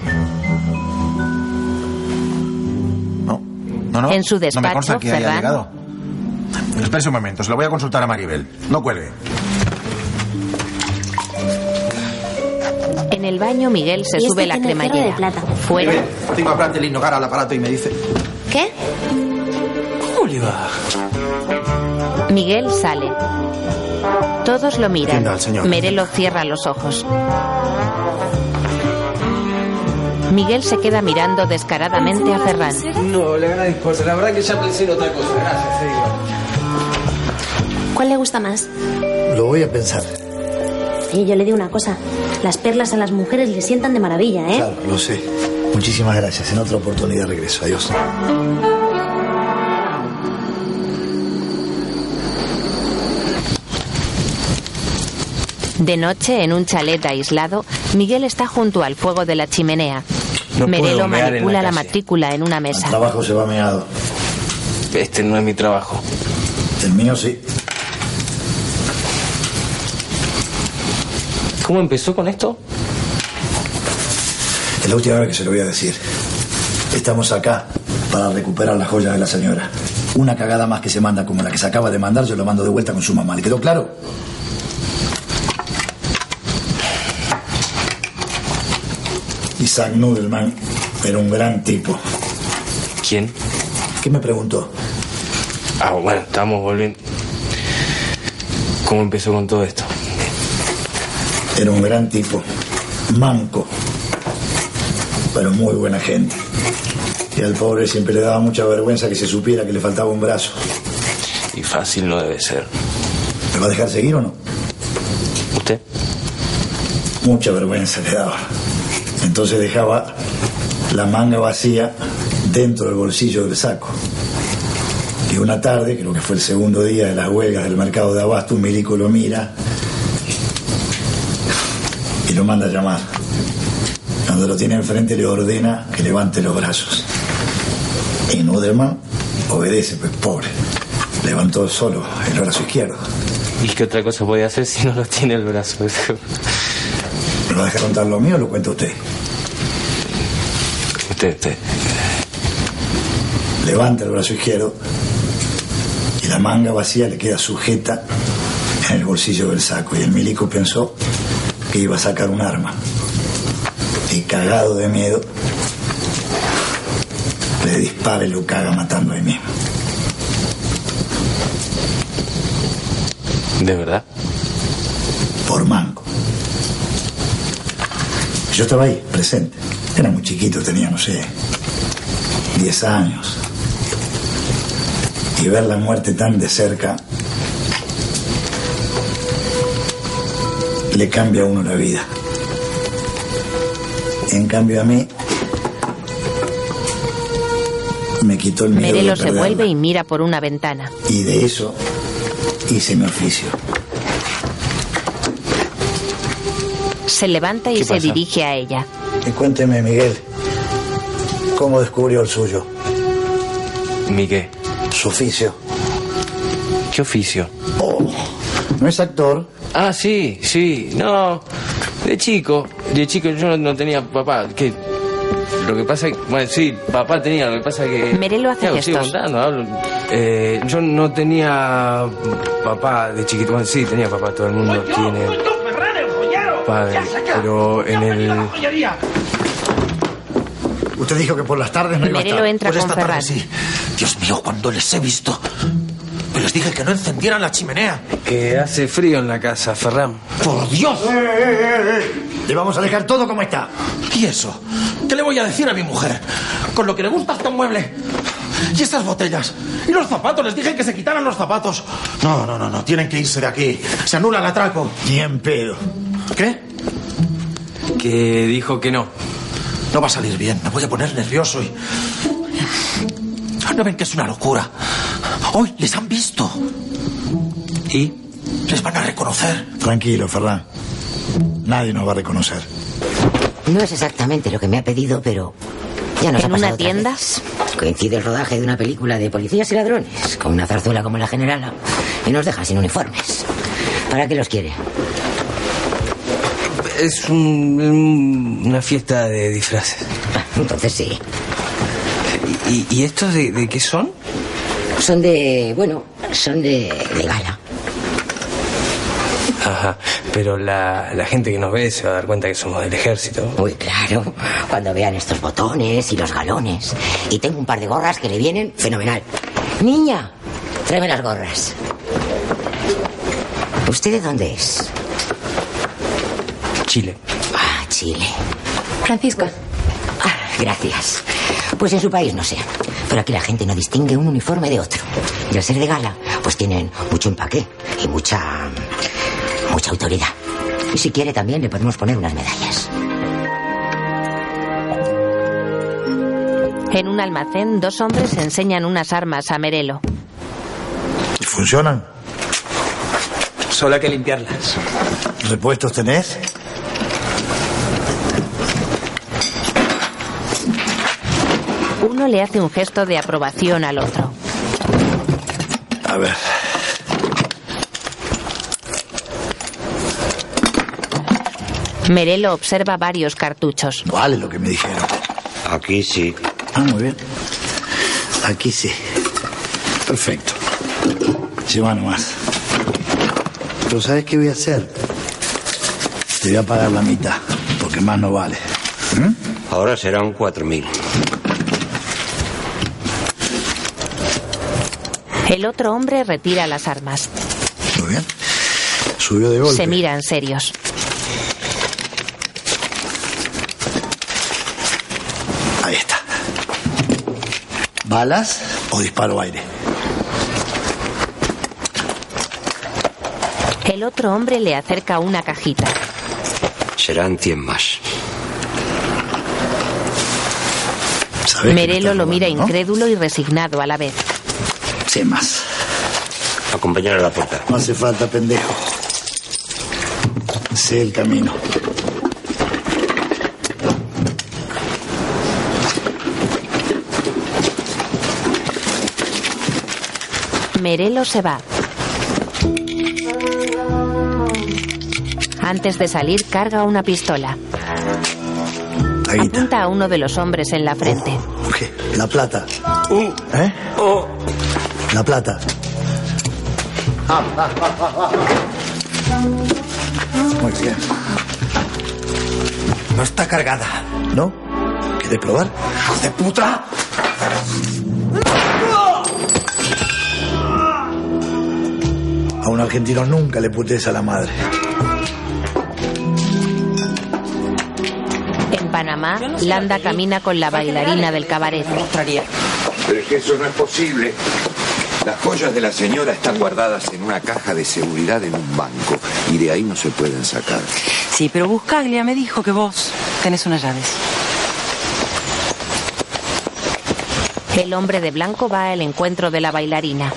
Speaker 19: No, no.
Speaker 1: En su
Speaker 19: no me
Speaker 1: despacho,
Speaker 19: consta que haya
Speaker 1: Ferran-
Speaker 19: llegado. Espérese un momento, se lo voy a consultar a Maribel. No cuelgue.
Speaker 1: En el baño, Miguel
Speaker 17: Y
Speaker 1: se
Speaker 17: este
Speaker 1: sube la
Speaker 17: tiene
Speaker 1: cremallera.
Speaker 17: cierre de plata.
Speaker 1: Fuera.
Speaker 20: Tengo a Prat de Linogar al aparato y me dice.
Speaker 17: ¿Qué?
Speaker 7: ¿Cómo le va?
Speaker 1: Miguel sale. Todos lo miran.
Speaker 20: Atienda al señor.
Speaker 1: Merelo cierra los ojos. Miguel se queda mirando descaradamente a Ferran.
Speaker 7: No, le agradezco. La verdad que ya pensé en otra cosa. Gracias, te digo.
Speaker 17: ¿Cuál le gusta más?
Speaker 6: Lo voy a pensar.
Speaker 17: Y yo le digo una cosa. Las perlas a las mujeres le sientan de maravilla, ¿eh?
Speaker 6: Claro, lo sé. Muchísimas gracias. En otra oportunidad regreso. Adiós.
Speaker 1: De noche, en un chalet aislado, Miguel está junto al fuego de la chimenea.
Speaker 7: No
Speaker 1: Merelo
Speaker 7: puedo mear en la
Speaker 1: manipula la,
Speaker 7: calle.
Speaker 1: matrícula en una mesa.
Speaker 6: se va meado.
Speaker 7: Este no es mi trabajo.
Speaker 6: El mío sí.
Speaker 7: ¿Cómo empezó con esto?
Speaker 6: Es la última vez que se lo voy a decir. Estamos acá para recuperar las joyas de la señora. Una cagada más que se manda como la que se acaba de mandar, yo lo mando de vuelta con su mamá. ¿Le quedó claro? Isaac Nudelman era un gran tipo.
Speaker 7: ¿Quién?
Speaker 6: ¿Qué me preguntó?
Speaker 7: Ah, bueno, estamos volviendo. ¿Cómo empezó con todo esto?
Speaker 6: Era un gran tipo. Manco. Pero muy buena gente. Y al pobre siempre le daba mucha vergüenza que se supiera que le faltaba un brazo.
Speaker 7: Y fácil no debe ser.
Speaker 6: ¿Me va a dejar seguir o no?
Speaker 7: ¿Usted?
Speaker 6: Mucha vergüenza le daba. Entonces dejaba la manga vacía dentro del bolsillo del saco. Y una tarde, creo que fue el segundo día de las huelgas del mercado de abasto, un milico lo mira y lo manda a llamar. Cuando lo tiene enfrente le ordena que levante los brazos. Y Nudelman obedece, pues pobre. Levantó solo el brazo izquierdo.
Speaker 7: ¿Y qué otra cosa podía hacer si no lo tiene el brazo?
Speaker 6: ¿Me lo deja contar lo mío o lo cuenta usted?
Speaker 7: Usted, usted.
Speaker 6: Levanta el brazo izquierdo y la manga vacía le queda sujeta en el bolsillo del saco. Y el milico pensó que iba a sacar un arma. Y cagado de miedo, le dispara y lo caga matando ahí mismo.
Speaker 7: ¿De verdad?
Speaker 6: Por manco. Yo estaba ahí, presente. Era muy chiquito, tenía, no sé, 10 años. Y ver la muerte tan de cerca le cambia a uno la vida. En cambio a mí me quitó el miedo de
Speaker 1: Merelo se
Speaker 6: perderla.
Speaker 1: vuelve y mira por una ventana.
Speaker 6: Y de eso hice mi oficio.
Speaker 1: Se levanta y
Speaker 6: ¿Qué
Speaker 1: se
Speaker 6: pasa?
Speaker 1: dirige a ella.
Speaker 6: Y cuénteme, Miguel, ¿cómo descubrió el suyo?
Speaker 7: ¿Mi qué?
Speaker 6: Su oficio. Oh,
Speaker 7: ¿Qué oficio?
Speaker 6: ¿No es actor?
Speaker 7: Ah, sí, sí. No. De chico. De chico yo no, no tenía papá. ¿Qué? Lo que pasa es que. Bueno, sí, papá tenía. Lo que pasa es que.
Speaker 1: Merelo hace
Speaker 7: Claro, sigo
Speaker 1: gestos.
Speaker 7: contando, hablo. Eh, yo no tenía papá de chiquito. Bueno, sí, tenía papá. Todo el mundo tiene padre. Pero en el.
Speaker 6: Usted dijo que por las tardes no iba a
Speaker 1: Merelo
Speaker 6: estar.
Speaker 1: entra
Speaker 6: Pues
Speaker 1: con
Speaker 6: esta tarde
Speaker 1: Ferran.
Speaker 6: sí.
Speaker 21: Dios mío, cuando les he visto. Pero les dije que no encendieran la chimenea.
Speaker 7: Que hace frío en la casa, Ferran.
Speaker 21: ¡Por Dios!
Speaker 6: Le vamos a dejar todo como está.
Speaker 21: eh, ¿Y eso? ¿Qué le voy a decir a mi mujer? Con lo que le gusta este mueble. Y estas botellas. Y los zapatos. Les dije que se quitaran los zapatos. No, no, no, no. Tienen que irse de aquí. Se anula el atraco.
Speaker 6: Ni en pedo.
Speaker 21: ¿Qué?
Speaker 7: Que dijo que no.
Speaker 21: No va a salir bien. Me voy a poner nervioso y... ¿No ven que es una locura? Hoy les han visto.
Speaker 7: ¿Y?
Speaker 21: Les van a reconocer.
Speaker 6: Tranquilo, Ferran. Nadie nos va a reconocer.
Speaker 22: No es exactamente lo que me ha pedido, pero ya nos
Speaker 1: ¿En
Speaker 22: ha pasado
Speaker 1: una
Speaker 22: otra
Speaker 1: tienda?
Speaker 22: vez. Coincide el rodaje de una película de policías y ladrones con una zarzuela como la generala y nos deja sin uniformes. ¿Para qué los quiere?
Speaker 7: Es un- un- una fiesta de disfraces.
Speaker 22: Ah, Entonces sí.
Speaker 7: ¿Y, y estos de, de qué son?
Speaker 22: Son de. bueno, son de, de gala.
Speaker 7: Ajá. Pero la, la gente que nos ve se va a dar cuenta que somos del ejército.
Speaker 22: Uy, claro. Cuando vean estos botones y los galones. Y tengo un par de gorras que le vienen fenomenal. Niña, tráeme las gorras. ¿Usted de dónde es?
Speaker 7: Chile.
Speaker 22: Ah, Chile. Ah,
Speaker 17: Francisca.
Speaker 22: Gracias. Pues en su país no sé. Pero aquí la gente no distingue un uniforme de otro. Y al ser de gala, pues tienen mucho empaque y mucha. mucha autoridad. Y si quiere también le podemos poner unas medallas.
Speaker 1: En un almacén, dos hombres enseñan unas armas a Merelo.
Speaker 6: ¿Y ¿Funcionan?
Speaker 21: Solo hay que limpiarlas.
Speaker 6: ¿Repuestos tenés?
Speaker 1: Uno le hace un gesto de aprobación al otro.
Speaker 6: A ver.
Speaker 1: Merelo observa varios cartuchos.
Speaker 6: Vale lo que me dijeron.
Speaker 23: Aquí sí.
Speaker 6: Ah, muy bien. Aquí sí. Perfecto. Lleva nomás. Pero ¿sabes qué voy a hacer? Te voy a pagar la mitad, porque más no vale.
Speaker 2: ¿Mm?
Speaker 23: Ahora serán 4.000.
Speaker 1: El otro hombre retira las armas.
Speaker 6: Muy bien. Subió de
Speaker 1: Se
Speaker 6: golpe.
Speaker 1: miran serios.
Speaker 6: Ahí está. ¿Balas o disparo aire?
Speaker 1: El otro hombre le acerca una cajita.
Speaker 23: Serán 100 más.
Speaker 1: Merelo lo mira incrédulo y resignado a la vez.
Speaker 6: Sí, más.
Speaker 23: Acompañar a la puerta.
Speaker 6: No hace falta, pendejo. Sé el camino.
Speaker 1: Merelo se va. Antes de salir, carga una pistola.
Speaker 24: Aguita.
Speaker 1: Apunta a uno de los hombres en la frente.
Speaker 24: La plata.
Speaker 7: Uh.
Speaker 24: ¿Eh?
Speaker 7: Oh.
Speaker 24: La plata.
Speaker 7: Ah,
Speaker 24: Muy bien. No está cargada. ¿No? ¿Quieres probar? ¡Hijo de puta!
Speaker 6: A un argentino nunca le putes a la madre.
Speaker 1: En Panamá, Landa camina con la bailarina del cabaret.
Speaker 2: Pero es que eso no es posible. Las joyas de la señora están guardadas en una caja de seguridad en un banco y de ahí no se pueden sacar.
Speaker 14: Sí, pero Buscaglia me dijo que vos tenés unas llaves.
Speaker 1: El hombre de blanco va al encuentro de la bailarina.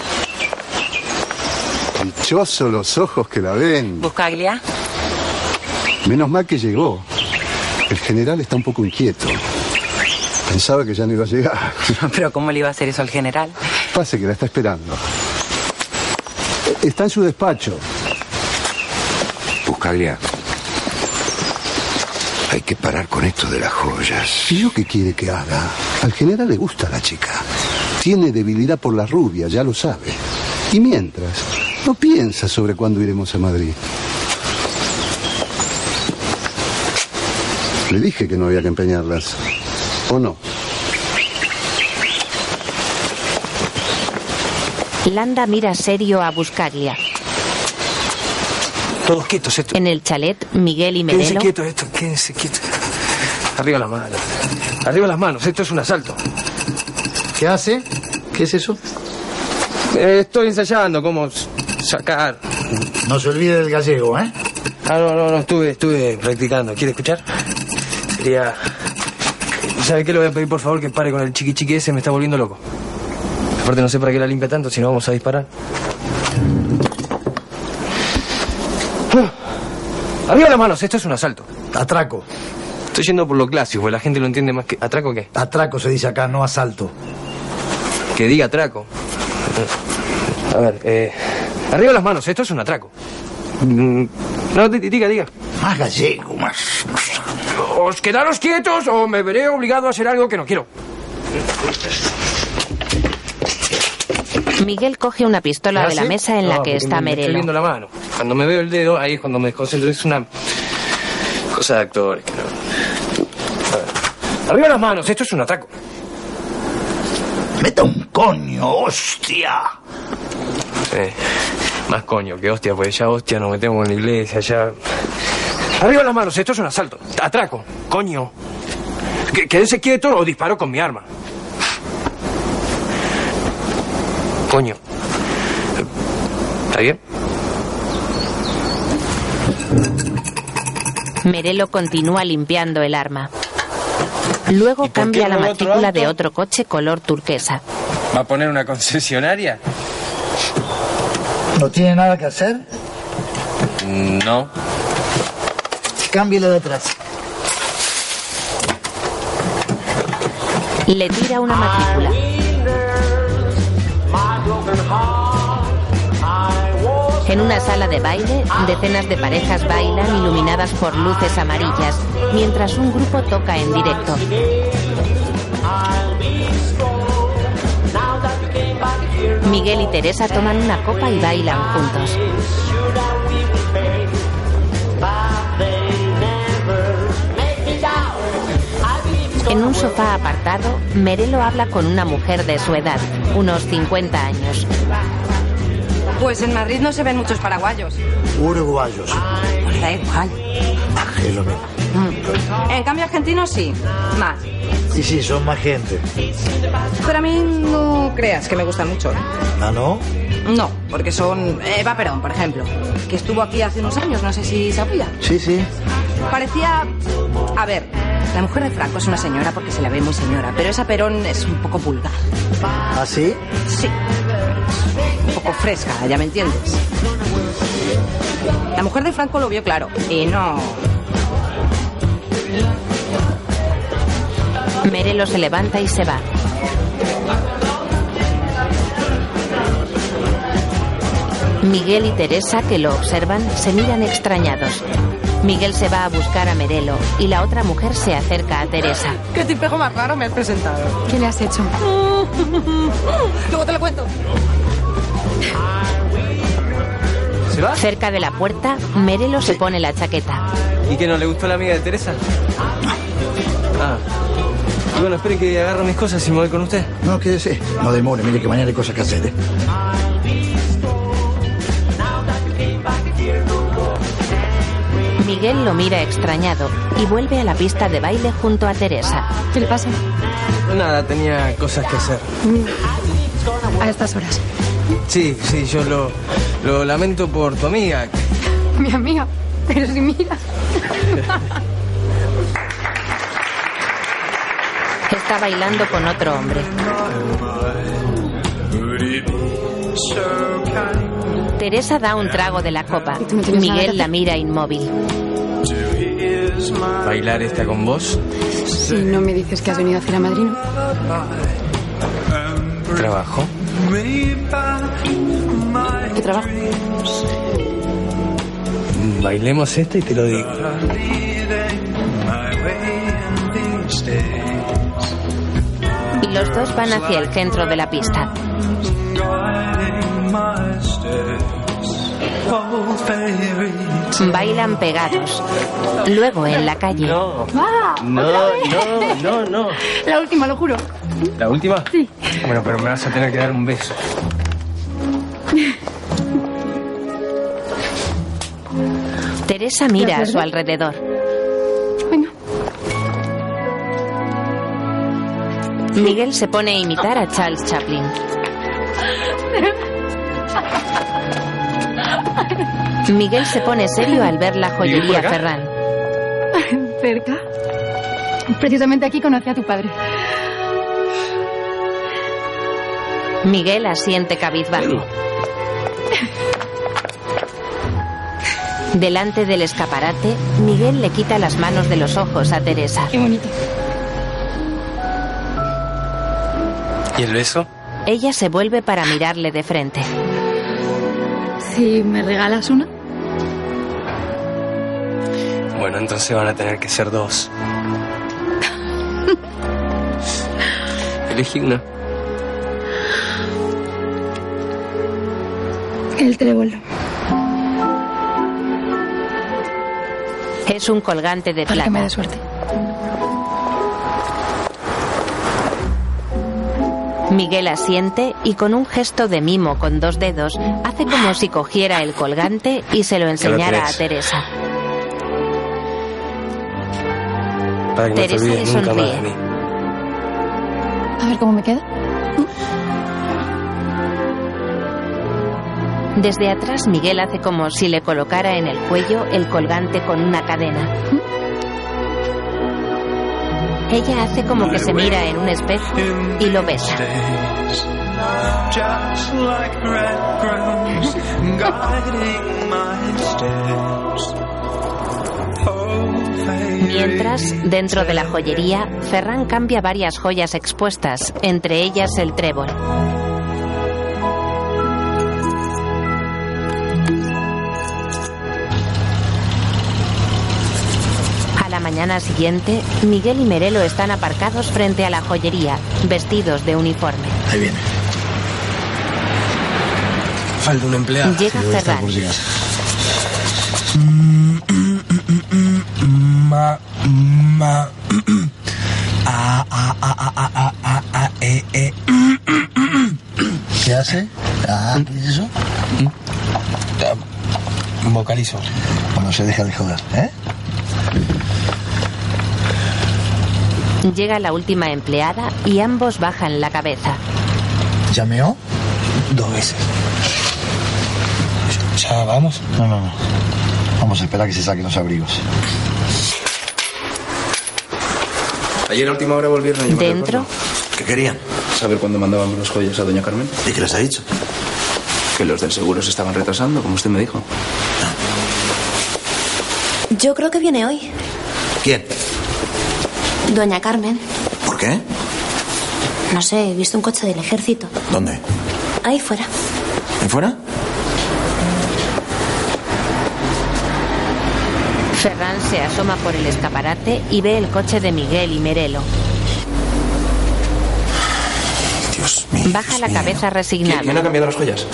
Speaker 5: Dichoso los ojos que la ven.
Speaker 14: Buscaglia.
Speaker 5: Menos mal que llegó. El general está un poco inquieto. Pensaba que ya no iba a llegar.
Speaker 14: Pero ¿cómo le iba a hacer eso al general?
Speaker 5: Pase que la está esperando. Está en su despacho.
Speaker 2: Buscaglia. Hay que parar con esto de las joyas.
Speaker 5: ¿Y yo qué quiere que haga? Al general le gusta la chica. Tiene debilidad por la rubia, ya lo sabe. Y mientras, no piensa sobre cuándo iremos a Madrid. Le dije que no había que empeñarlas. ¿O no?
Speaker 1: Landa mira serio a Buscaglia.
Speaker 7: Todos quietos, esto.
Speaker 1: En el chalet, Miguel y
Speaker 7: Quédense
Speaker 1: Merelo.
Speaker 7: quietos, esto, quédense quietos. Arriba las manos. Arriba las manos, esto es un asalto. ¿Qué hace? ¿Qué es eso? Eh, estoy ensayando cómo s- sacar.
Speaker 6: No se olvide del gallego, ¿eh?
Speaker 7: Ah, no, no, no, estuve, estuve practicando. ¿Quiere escuchar? Sería. ¿Sabe qué? Le voy a pedir por favor que pare con el chiqui chiqui ese, me está volviendo loco. Aparte, no sé para qué la limpia tanto, si no vamos a disparar. Ah, Arriba las manos, esto es un asalto.
Speaker 6: Atraco.
Speaker 7: Estoy yendo por lo clásico, porque la gente lo entiende más que. ¿Atraco qué?
Speaker 6: Atraco se dice acá, no asalto.
Speaker 7: Que diga atraco. A ver, eh. Arriba las manos, esto es un atraco. Mm, No, di- di- diga, diga.
Speaker 6: Más gallego, más.
Speaker 7: Os quedaros quietos o me veré obligado a hacer algo que no quiero.
Speaker 1: Miguel coge una pistola de la
Speaker 7: ¿Hace?
Speaker 1: mesa en la
Speaker 7: No,
Speaker 1: que
Speaker 7: ¿Ah, porque
Speaker 1: está
Speaker 7: me- me Estoy
Speaker 1: Merelo.
Speaker 7: viendo la mano. Cuando me veo el dedo, ahí es cuando me desconcentro. Es una cosa de actores. que no- A ver. Arriba las manos, esto es un atraco.
Speaker 6: Meta un coño, hostia.
Speaker 7: Eh, más coño que hostia, porque ya hostia nos metemos en la iglesia, ya... Arriba las manos, esto es un asalto. Atraco, coño. Qu- Quédense quietos o disparo con mi arma. Coño. ¿Está bien?
Speaker 1: Merelo continúa limpiando el arma. Luego cambia la
Speaker 7: no el otro
Speaker 1: matrícula
Speaker 7: auto?
Speaker 1: de otro coche color turquesa.
Speaker 7: ¿Va a poner una concesionaria?
Speaker 24: ¿No tiene nada que hacer?
Speaker 7: No.
Speaker 24: Cámbielo de atrás.
Speaker 1: Le tira una matrícula. En una sala de baile, decenas de parejas bailan iluminadas por luces amarillas, mientras un grupo toca en directo. Miguel y Teresa toman una copa y bailan juntos. En un sofá apartado, Merelo habla con una mujer de su edad, unos 50 años.
Speaker 15: Pues en Madrid no se ven muchos paraguayos.
Speaker 6: Uruguayos. Ah,
Speaker 15: Pues da igual.
Speaker 6: Es lo mismo.
Speaker 15: Mm. En cambio, argentinos sí. Más.
Speaker 6: Sí, sí, son más gente.
Speaker 15: Pero a mí no creas que me gusta mucho.
Speaker 6: ¿Ah, no?
Speaker 15: No, porque son Eva Perón, por ejemplo, que estuvo aquí hace unos años, no sé si sabía.
Speaker 24: Sí, sí.
Speaker 15: Parecía... A ver, la mujer de Franco es una señora porque se la ve muy señora, pero esa Perón es un poco vulgar.
Speaker 24: ¿Ah, sí?
Speaker 15: Sí. Un poco fresca, ya me entiendes. La mujer de Franco lo vio claro y no...
Speaker 1: Merelo se levanta y se va. Miguel y Teresa, que lo observan, se miran extrañados. Miguel se va a buscar a Merelo y la otra mujer se acerca a Teresa.
Speaker 25: ¿Qué tipejo más raro me has presentado?
Speaker 10: ¿Qué le has hecho?
Speaker 25: Luego te lo cuento.
Speaker 1: Cerca de la puerta, Merelo se pone la chaqueta.
Speaker 7: ¿Y que no le gustó la amiga de Teresa? Ah. Y bueno, espere que agarro mis cosas y me voy con usted.
Speaker 24: No, quédese. No demore, mire que mañana hay cosas que hacer. ¿eh?
Speaker 1: Miguel lo mira extrañado y vuelve a la pista de baile junto a Teresa.
Speaker 10: ¿Qué le pasa?
Speaker 7: Nada, tenía cosas que hacer.
Speaker 10: A estas horas.
Speaker 7: Sí, sí, yo lo, lo lamento por tu amiga.
Speaker 10: Mi amiga. Pero si mira.
Speaker 1: Está bailando con otro hombre. Teresa da un trago de la copa. Miguel la mira inmóvil.
Speaker 7: ¿Bailar esta con vos?
Speaker 10: Si no me dices que has venido a hacer a Madrid, ¿no?
Speaker 7: ¿Trabajo?
Speaker 10: ¿Qué trabajo?
Speaker 7: Bailemos esta y te lo digo.
Speaker 1: Y los dos van hacia el centro de la pista. Bailan pegados. Luego en la calle.
Speaker 7: No,
Speaker 10: ¡Ah!
Speaker 7: no,
Speaker 10: ¡Otra vez!
Speaker 7: no, no, no.
Speaker 10: La última, lo juro.
Speaker 7: ¿La última?
Speaker 10: Sí.
Speaker 7: Bueno, pero me vas a tener que dar un beso.
Speaker 1: Teresa mira a su alrededor. Miguel se pone a imitar a Charles Chaplin. Miguel se pone serio al ver la
Speaker 10: ¿Miguel por
Speaker 1: joyería
Speaker 10: acá?
Speaker 1: Ferran.
Speaker 10: Cerca. Precisamente aquí conocí a tu padre.
Speaker 1: Miguel asiente cabizbajo. Delante del escaparate, Miguel le quita las manos de los ojos a Teresa.
Speaker 10: Qué bonito.
Speaker 7: ¿Y el beso?
Speaker 1: Ella se vuelve para mirarle de frente.
Speaker 10: Si me regalas una.
Speaker 7: Bueno, entonces van a tener que ser dos. Elegí una.
Speaker 10: El trébol.
Speaker 1: Es un colgante de plata.
Speaker 10: me dé suerte.
Speaker 1: Miguel asiente y con un gesto de mimo con dos dedos hace como si cogiera el colgante y se lo enseñara a
Speaker 7: crees.
Speaker 1: Teresa.
Speaker 7: Para que no te
Speaker 1: Teresa le
Speaker 7: olvides nunca más de
Speaker 1: sonríe.
Speaker 7: mí.
Speaker 10: A ver cómo me queda.
Speaker 1: Desde atrás Miguel hace como si le colocara en el cuello el colgante con una cadena. Ella hace como que se mira en un espejo y lo besa. Mientras, dentro de la joyería, Ferran cambia varias joyas expuestas, entre ellas el trébol. A la mañana siguiente, Miguel y Merelo están aparcados frente a la joyería, vestidos de uniforme.
Speaker 6: Ahí viene.
Speaker 7: Falta un empleado.
Speaker 1: Llega
Speaker 6: debe estar
Speaker 1: Ferran.
Speaker 6: por llegar.
Speaker 8: Ma, ma, a, a, a, a, a, a, a, a, e, e.
Speaker 24: ¿Qué hace? Ah, ¿qué es eso?
Speaker 8: Vocalizo.
Speaker 24: Bueno, se deja de joder, ¿eh?
Speaker 1: Llega la última empleada y ambos bajan la cabeza.
Speaker 8: Llameó dos veces. ¿Ya vamos?
Speaker 24: No, no, no. Vamos a esperar que se saquen los abrigos.
Speaker 20: Ayer a última hora volvieron a llamar. al
Speaker 1: Dentro.
Speaker 20: puerto. ¿Qué querían? Saber cuándo mandábamos los joyas a doña Carmen. ¿Y qué les ha dicho? Que los del seguro se estaban retrasando, como usted me dijo.
Speaker 17: Yo creo que viene hoy.
Speaker 20: ¿Quién?
Speaker 17: Doña Carmen.
Speaker 20: ¿Por qué?
Speaker 17: No sé, he visto un coche del ejército.
Speaker 20: ¿Dónde?
Speaker 17: Ahí fuera.
Speaker 20: ¿En fuera?
Speaker 1: Ferran se asoma por el escaparate y ve el coche de Miguel y Merelo.
Speaker 16: Dios mío.
Speaker 1: Baja la cabeza resignado.
Speaker 16: ¿Quién ha cambiado las joyas?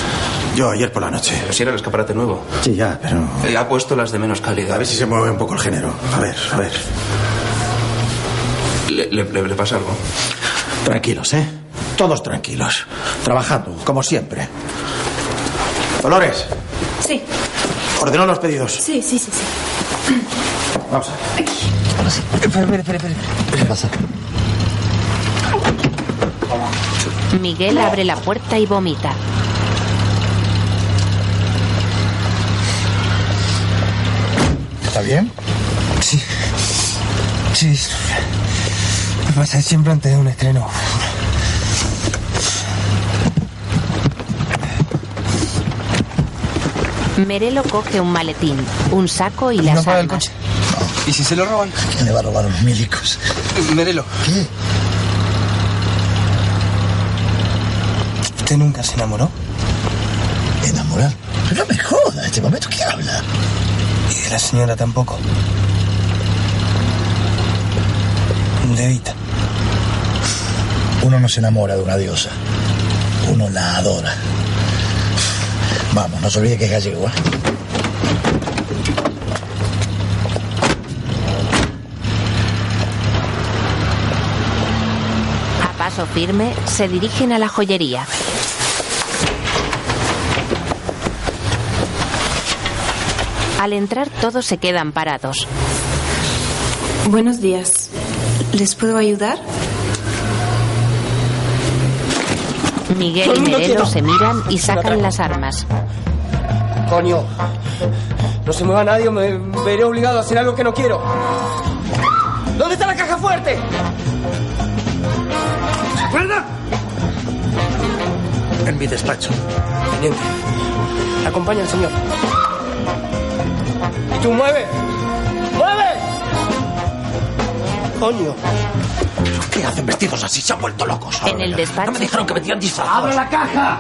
Speaker 19: Yo ayer por la noche.
Speaker 16: Pero si era el escaparate nuevo.
Speaker 19: Sí, ya, pero.
Speaker 16: Eh, ha puesto las de menos calidad.
Speaker 19: A ver si se mueve un poco el género. A ver, a ver.
Speaker 16: Le, le- le- le pasa algo.
Speaker 19: Tranquilos, ¿eh? Todos tranquilos. Trabajando, como siempre. Dolores,
Speaker 18: Sí,
Speaker 19: ordenó los pedidos.
Speaker 18: sí, sí, sí. sí.
Speaker 19: Vamos a ver.
Speaker 7: Espera, espera, espera, espera. ¿Qué pasa?
Speaker 1: Miguel abre la puerta y vomita.
Speaker 6: ¿Está bien?
Speaker 7: Sí. Sí. Me pasa siempre antes de un estreno.
Speaker 1: Merelo coge un maletín, un saco y las
Speaker 7: paga el
Speaker 1: armas.
Speaker 7: ¿Y si se lo roban?
Speaker 6: ¿Quién le va a robar a los milicos?
Speaker 7: Merelo.
Speaker 6: ¿Qué?
Speaker 7: ¿Usted nunca se enamoró?
Speaker 6: ¿Enamorar? No me jodas, este momento ¿qué habla?
Speaker 7: Y de la señora tampoco. De Evita.
Speaker 6: Uno no se enamora de una diosa. Uno la adora. Vamos, no se olvide que es gallego, ¿eh?
Speaker 1: A paso firme se dirigen a la joyería. Al entrar todos se quedan parados.
Speaker 18: Buenos días. ¿Les puedo ayudar?
Speaker 1: Miguel
Speaker 18: Todo
Speaker 1: y
Speaker 18: el mundo
Speaker 1: Merelo
Speaker 18: quieto.
Speaker 1: se miran y sacan las armas.
Speaker 9: Coño, no se mueva nadie o me veré obligado a hacer algo que no quiero. ¿Dónde está la caja fuerte? ¡Guarda!
Speaker 6: ¿eh?
Speaker 9: En mi despacho. Teniente, acompaña al señor. ¡Y tú mueve! ¡Mueve! Coño.
Speaker 21: ¿Qué hacen vestidos así? Se han vuelto locos.
Speaker 1: En el despacho.
Speaker 21: No me dijeron que vendían disfrazados.
Speaker 9: ¡Abre la caja!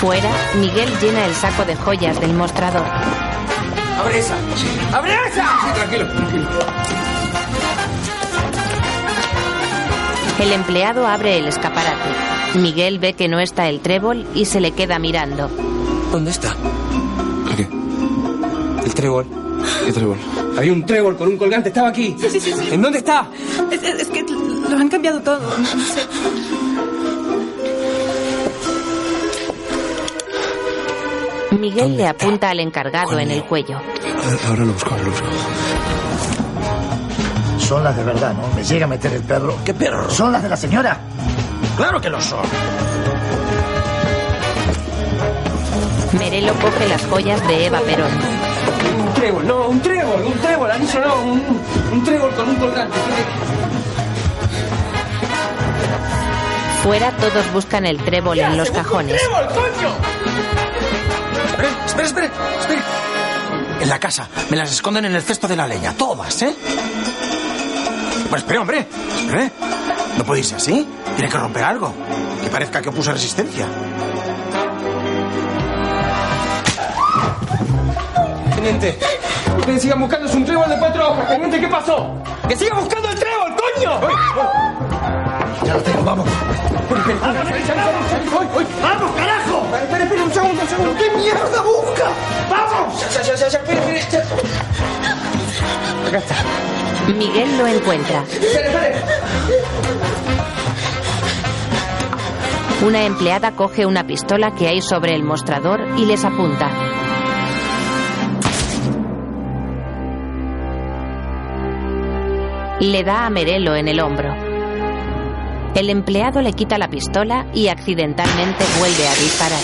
Speaker 1: Fuera, Miguel llena el saco de joyas del mostrador.
Speaker 9: ¡Abre esa! ¡Abre esa! tranquilo, tranquilo.
Speaker 1: El empleado abre el escaparate. Miguel ve que no está el trébol y se le queda mirando.
Speaker 20: ¿Dónde está? El trébol. ¿Qué trébol? Había un trébol con un colgante, estaba aquí.
Speaker 18: Sí, sí, sí, sí.
Speaker 20: ¿En dónde está?
Speaker 18: Es, es- es que lo han cambiado todo. no sé.
Speaker 1: Miguel le apunta al encargado en el cuello.
Speaker 20: Eh, Ahora lo busco, ahora lo busco.
Speaker 6: Son las de verdad, ¿no? Me llega a meter el perro. ¿Qué perro? Son las de la señora.
Speaker 21: Claro que lo son.
Speaker 1: Merelo coge las joyas de Eva Perón.
Speaker 9: Un trébol, no, un trébol, un trébol, anillo no, un, un trébol con un colgante.
Speaker 1: Fuera todos buscan el trébol en los cajones.
Speaker 21: Espera, espera, espera. En la casa. Me las esconden en el cesto de la leña. Todas, ¿eh? Pues espera, hombre. Espera. No puede irse así. Tiene que romper algo. Que parezca que opuse resistencia.
Speaker 9: Teniente, ustedes sigan buscando, es un trébol de cuatro hojas. Teniente, ¿qué pasó? ¡Que siga buscando el trébol, coño! Ya lo tengo, vamos. ¡Vamos, carajo! Espera, espera, un segundo, un segundo. ¿Qué mierda busca? ¡Vamos! Ya, ya, ya, ya, espera, espera. ya.
Speaker 1: Miguel lo encuentra. Una empleada coge una pistola que hay sobre el mostrador y les apunta. Le da a Merelo en el hombro. El empleado le quita la pistola y accidentalmente vuelve a disparar.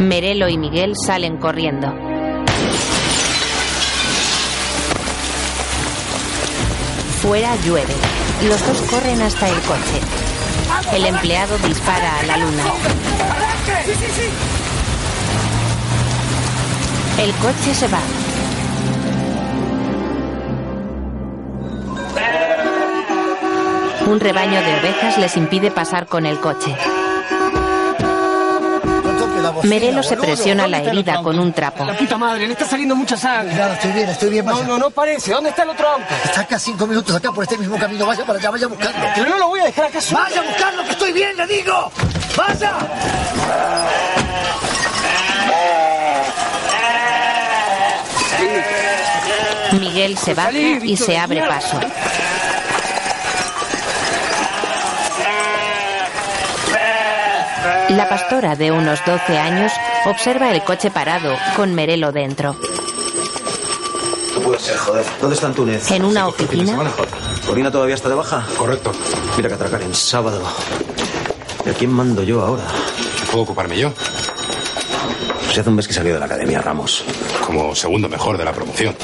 Speaker 1: Merelo y Miguel salen corriendo. Fuera llueve. Los dos corren hasta el coche. El empleado dispara a la luna. El coche se va. Un rebaño de ovejas les impide pasar con el coche.
Speaker 24: No toque la
Speaker 1: Merelo se presiona la herida con un trapo.
Speaker 26: La puta madre, le está saliendo mucha sangre. Claro, estoy bien, estoy bien. No, no, no parece. ¿Dónde está el otro auto?
Speaker 6: Está acá cinco minutos acá por este mismo camino. Vaya para allá, vaya a buscarlo.
Speaker 26: Pero no lo voy a dejar acá solo.
Speaker 6: Vaya a buscarlo, que estoy bien, le digo. Vaya.
Speaker 1: Miguel se baja y se abre paso. La pastora de unos 12 años observa el coche parado con Merelo dentro.
Speaker 27: No puede ser, joder. ¿Dónde está Antúnez?
Speaker 1: En una
Speaker 27: Fin de
Speaker 1: oficina,
Speaker 27: semana. ¿Corina todavía está de baja? Correcto. Mira que atracar en sábado. ¿Y a quién mando yo ahora? Puedo ocuparme yo. Se hace un mes que salió de la academia, Ramos. Como segundo mejor de la promoción.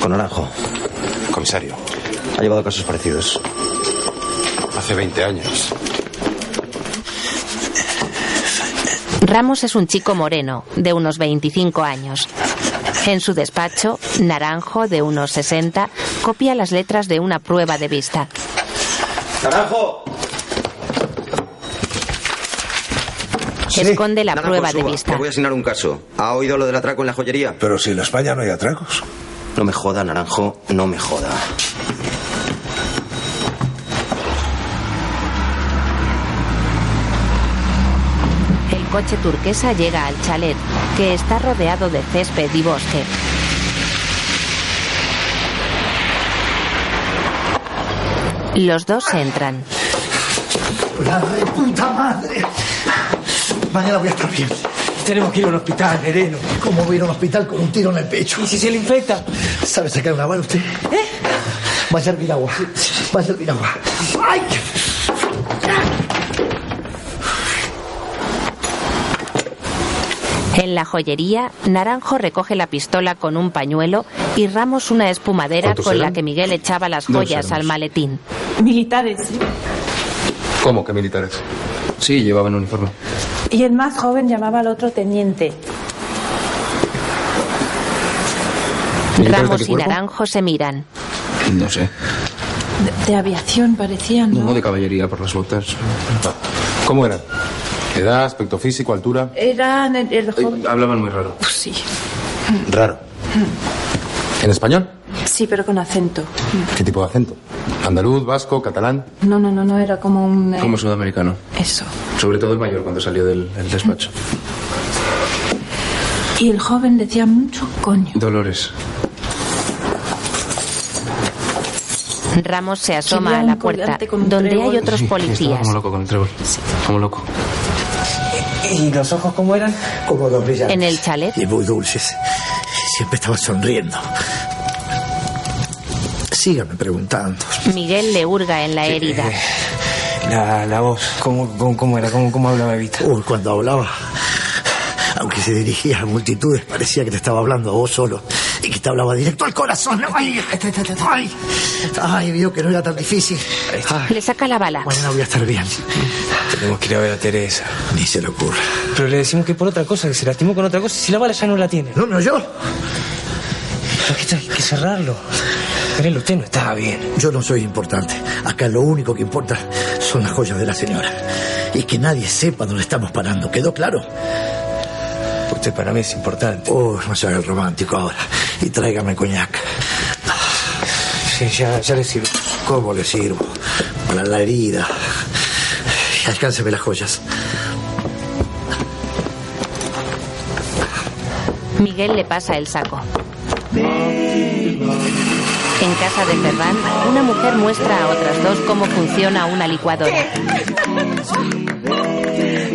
Speaker 27: Con Naranjo. Comisario. Ha llevado casos parecidos. Hace 20 años.
Speaker 1: Ramos es un chico moreno, de unos 25 años. En su despacho, Naranjo, de unos 60, copia las letras de una prueba de vista.
Speaker 27: ¡Naranjo!
Speaker 1: Esconde la prueba de vista.
Speaker 27: Le voy a asignar un caso. ¿Ha oído lo del atraco en la joyería? Pero si en España no hay atracos. No me joda, Naranjo, no me joda.
Speaker 1: El coche turquesa llega al chalet, que está rodeado de césped y bosque. Los dos entran.
Speaker 6: La de puta madre. Mañana voy a estar bien. Tenemos que ir a un hospital, Hereno. ¿Cómo voy a ir a un hospital con un tiro en el pecho? ¿Y si se le infecta? ¿Sabe sacar una bala usted? ¿Eh? Va a servir agua. Va a servir agua. ¡Ay!
Speaker 1: En la joyería, Naranjo recoge la pistola con un pañuelo y Ramos una espumadera
Speaker 16: ¿Cuántos
Speaker 1: con la
Speaker 16: eran?
Speaker 1: que Miguel echaba las
Speaker 16: Dos
Speaker 1: joyas
Speaker 16: eran.
Speaker 1: al maletín.
Speaker 28: Militares.
Speaker 16: ¿Cómo que militares? Sí, llevaban uniforme.
Speaker 28: Y el más joven llamaba al otro teniente.
Speaker 16: ¿Militares de
Speaker 1: Ramos
Speaker 16: qué
Speaker 1: y
Speaker 16: cuerpo?
Speaker 1: Naranjo se miran.
Speaker 16: No sé.
Speaker 28: De, de aviación parecían, ¿no?
Speaker 16: No de caballería por las botas.
Speaker 4: Ah.
Speaker 16: ¿Cómo eran? ¿Edad, aspecto físico, altura?
Speaker 28: Eran el, el joven.
Speaker 16: Eh, Hablaban muy raro.
Speaker 28: Pues Sí.
Speaker 16: Raro. ¿En español?
Speaker 28: Sí, pero con acento.
Speaker 16: ¿Qué tipo de acento? ¿Andaluz, vasco, catalán?
Speaker 28: No, no, no, no, era como un. eh,
Speaker 16: Como sudamericano.
Speaker 28: Eso.
Speaker 16: Sobre todo el mayor cuando salió del, del despacho.
Speaker 28: Y el joven decía mucho coño.
Speaker 16: Dolores.
Speaker 1: Ramos se asoma
Speaker 28: Quería
Speaker 1: a
Speaker 28: un
Speaker 1: la puerta,
Speaker 28: colgante con un
Speaker 1: donde
Speaker 28: trébol.
Speaker 1: hay otros
Speaker 28: Sí, estaba
Speaker 1: policías.
Speaker 16: Como loco con el trébol. Como loco.
Speaker 6: ¿Y los ojos cómo eran? Como dos brillantes.
Speaker 1: En el chalet.
Speaker 6: Y muy dulces. Siempre estaba sonriendo. Sígame preguntando.
Speaker 1: Miguel le hurga en la herida.
Speaker 7: La, la voz, ¿cómo, cómo, cómo era? ¿Cómo, cómo hablaba Evita?
Speaker 6: Uy, cuando hablaba, aunque se dirigía a multitudes, parecía que te estaba hablando a vos solo y que te hablaba directo al corazón. ¡Ay! ¡Ay! ¡Ay! Vio que no era tan difícil. Ay,
Speaker 1: Le saca la bala.
Speaker 6: mañana voy a estar bien.
Speaker 7: Tenemos que ir a ver a Teresa.
Speaker 6: Ni se le ocurra.
Speaker 7: Pero le decimos que por otra cosa, que se lastimó con otra cosa, si la bala ya no la tiene.
Speaker 6: No me oyó.
Speaker 7: Pero que esto hay que cerrarlo. Pero usted no estaba bien.
Speaker 6: Yo no soy importante. Acá lo único que importa son las joyas de la señora. Y que nadie sepa dónde estamos parando. ¿Quedó claro?
Speaker 7: Usted para mí es importante.
Speaker 6: Oh, no se haga el romántico ahora. Y tráigame coñac.
Speaker 7: Sí, ya, ya le sirvo.
Speaker 6: ¿Cómo le sirvo? Para la herida. Y alcánceme las joyas.
Speaker 1: Miguel le pasa el saco. En casa de Ferran, una mujer muestra a otras dos cómo funciona una licuadora.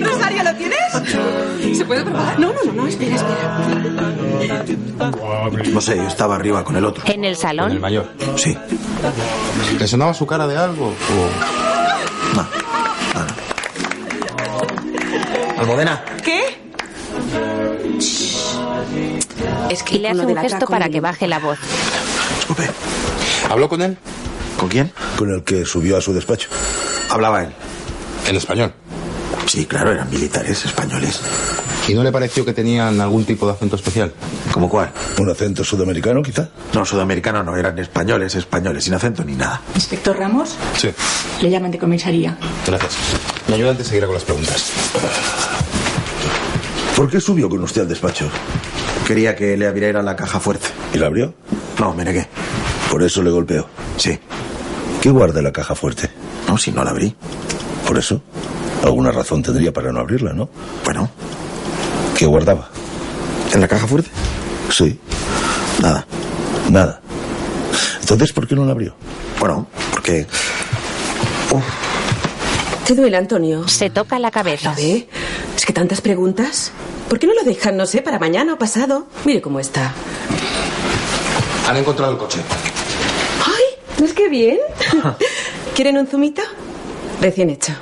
Speaker 9: Rosario, ¿lo tienes? ¿Se puede probar? No, no, no, no, espera, espera.
Speaker 27: No sé, yo estaba arriba con el otro.
Speaker 1: En el salón,
Speaker 27: mayor? Sí.
Speaker 16: ¿Le sonaba su cara de algo?
Speaker 27: Almodena.
Speaker 9: ¿Qué?
Speaker 1: es que le hace
Speaker 9: uno de
Speaker 1: un
Speaker 9: la
Speaker 1: gesto
Speaker 9: caca
Speaker 1: para
Speaker 9: con-
Speaker 1: que baje la voz.
Speaker 16: ¿Habló con él?
Speaker 27: ¿Con quién?
Speaker 4: Con el que subió a su despacho.
Speaker 27: Hablaba él.
Speaker 16: ¿En español?
Speaker 27: Sí, claro, eran militares españoles.
Speaker 16: ¿Y no le pareció que tenían algún tipo de acento especial?
Speaker 27: ¿Cómo cuál?
Speaker 4: ¿Un acento sudamericano, quizá?
Speaker 27: No, sudamericano no, eran españoles, españoles, sin acento ni nada.
Speaker 28: Inspector Ramos,
Speaker 16: Sí,
Speaker 28: le llaman de comisaría.
Speaker 16: gracias. Me ayuda antes a seguir con las preguntas.
Speaker 4: ¿Por qué subió con usted al despacho?
Speaker 27: Quería que le abriera la caja fuerte.
Speaker 4: ¿Y la abrió?
Speaker 27: No, me negué.
Speaker 4: Por eso le golpeó.
Speaker 27: Sí.
Speaker 4: ¿Qué guarda la caja fuerte?
Speaker 27: No, si no la abrí.
Speaker 4: ¿Por eso? Alguna razón tendría para no abrirla, ¿no?
Speaker 27: Bueno.
Speaker 4: ¿Qué guardaba?
Speaker 27: ¿En la caja fuerte?
Speaker 4: Sí.
Speaker 27: Nada.
Speaker 4: Nada. Entonces, ¿por qué no la abrió?
Speaker 27: Bueno, porque uh,
Speaker 14: ¿Te duele, Antonio?
Speaker 1: Se toca la cabeza.
Speaker 14: ve? Es que tantas preguntas. ¿Por qué no lo dejan, no sé, para mañana o pasado? Mire cómo está.
Speaker 16: Han encontrado el coche.
Speaker 14: ¡Ay! ¿No es que bien? ¿Quieren un zumito? Recién hecho.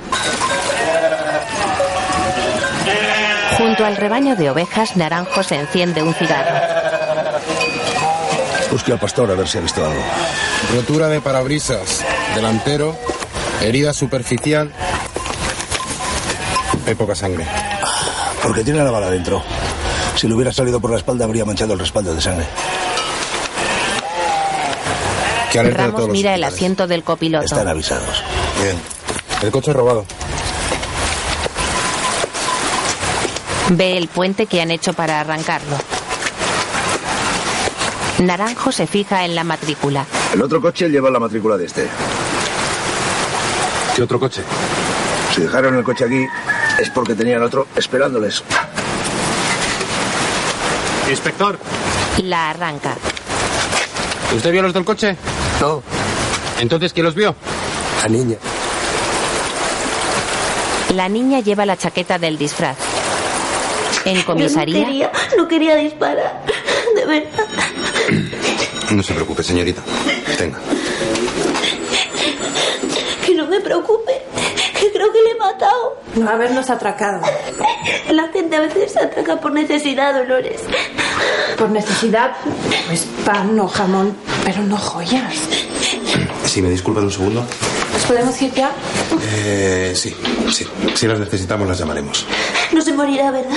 Speaker 1: Junto al rebaño de ovejas, Naranjo se enciende un cigarro.
Speaker 4: Busque al pastor a ver si ha visto algo.
Speaker 16: Rotura de parabrisas, delantero, herida superficial. Hay poca sangre.
Speaker 4: Porque tiene la bala dentro. Si le hubiera salido por la espalda, habría manchado el respaldo de sangre.
Speaker 16: Que alerta de
Speaker 1: Ramos
Speaker 16: todos los
Speaker 1: mira el asiento del copiloto.
Speaker 4: Están avisados.
Speaker 16: Bien. El coche robado.
Speaker 1: Ve el puente que han hecho para arrancarlo. Naranjo se fija en la matrícula.
Speaker 4: El otro coche lleva la matrícula de este.
Speaker 16: ¿Qué otro coche?
Speaker 4: Si dejaron el coche aquí, es porque tenían otro esperándoles.
Speaker 16: Inspector.
Speaker 1: La arranca.
Speaker 16: ¿Usted vio los del coche? No. ¿Entonces quién los vio? La niña.
Speaker 1: La niña lleva la chaqueta del disfraz. En comisaría,
Speaker 17: Yo no quería, no quería disparar. De verdad.
Speaker 16: No se preocupe, señorita. Tenga.
Speaker 17: Que no me preocupe. Que creo que le he matado.
Speaker 28: No habernos atracado.
Speaker 17: La gente a veces se ataca por necesidad, Dolores.
Speaker 28: Por necesidad, pues pan o jamón, pero no joyas.
Speaker 29: Si me disculpan un segundo.
Speaker 28: ¿Nos podemos ir ya?
Speaker 16: Eh, sí, sí. Si las necesitamos, las llamaremos.
Speaker 17: No se morirá, ¿verdad?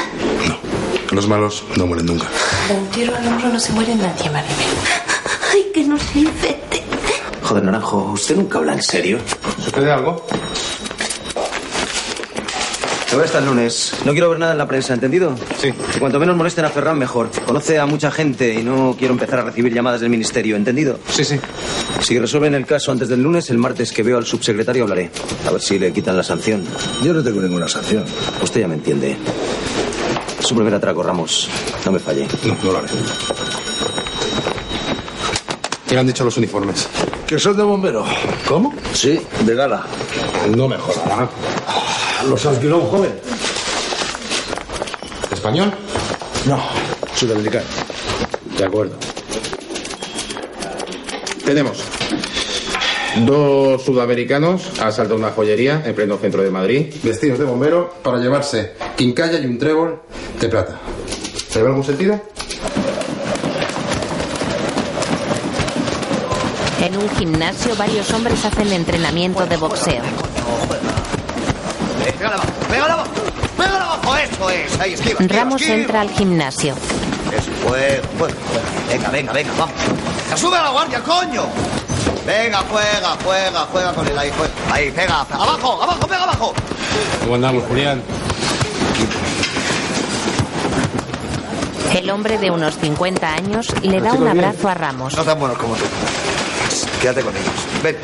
Speaker 16: Los malos no mueren nunca.
Speaker 28: De un tiro al hombro no se muere nadie, Maribel.
Speaker 17: Ay, que no se infecte.
Speaker 27: Joder, Naranjo, ¿usted nunca habla en serio?
Speaker 16: ¿Sucede algo?
Speaker 27: Te voy hasta el lunes. No quiero ver nada en la prensa, ¿entendido?
Speaker 16: Sí.
Speaker 27: Que cuanto menos molesten a Ferran, mejor. Conoce a mucha gente y no quiero empezar a recibir llamadas del ministerio, ¿entendido?
Speaker 16: Sí, sí.
Speaker 27: Si resuelven el caso antes del lunes, el martes que veo al subsecretario hablaré. A ver si le quitan la sanción.
Speaker 4: Yo no tengo ninguna sanción.
Speaker 27: Usted ya me entiende. Su primer atraco, Ramos. No me falle.
Speaker 16: No, no lo haré. ¿Qué le han dicho los uniformes?
Speaker 4: Que son de bombero.
Speaker 16: ¿Cómo?
Speaker 4: Sí, de gala.
Speaker 16: No me jodará.
Speaker 4: Los alquiló un joven.
Speaker 16: ¿Español?
Speaker 4: No, sudamericano.
Speaker 16: De acuerdo. Tenemos dos sudamericanos asalto a una joyería en pleno centro de Madrid, vestidos de bombero, para llevarse quincalla y un trébol de plata. ¿Se ve algún sentido?
Speaker 1: en un gimnasio, varios hombres hacen entrenamiento de boxeo.
Speaker 9: Pégala abajo, pégala abajo, pégala abajo, eso es. Ahí esquiva. esquiva,
Speaker 1: Ramos
Speaker 9: esquiva.
Speaker 1: entra al gimnasio.
Speaker 9: Eso, pues, pues, pues. Venga, venga, venga, vamos. ¡Sube a la guardia, coño! Venga, juega, juega, juega con el ahí, juega. Ahí, pega, abajo, abajo, pega abajo.
Speaker 16: ¿Cómo andamos, Julián?
Speaker 1: El hombre de unos 50 años le da un abrazo a Ramos.
Speaker 9: No tan buenos como tú. Quédate con ellos. Ven.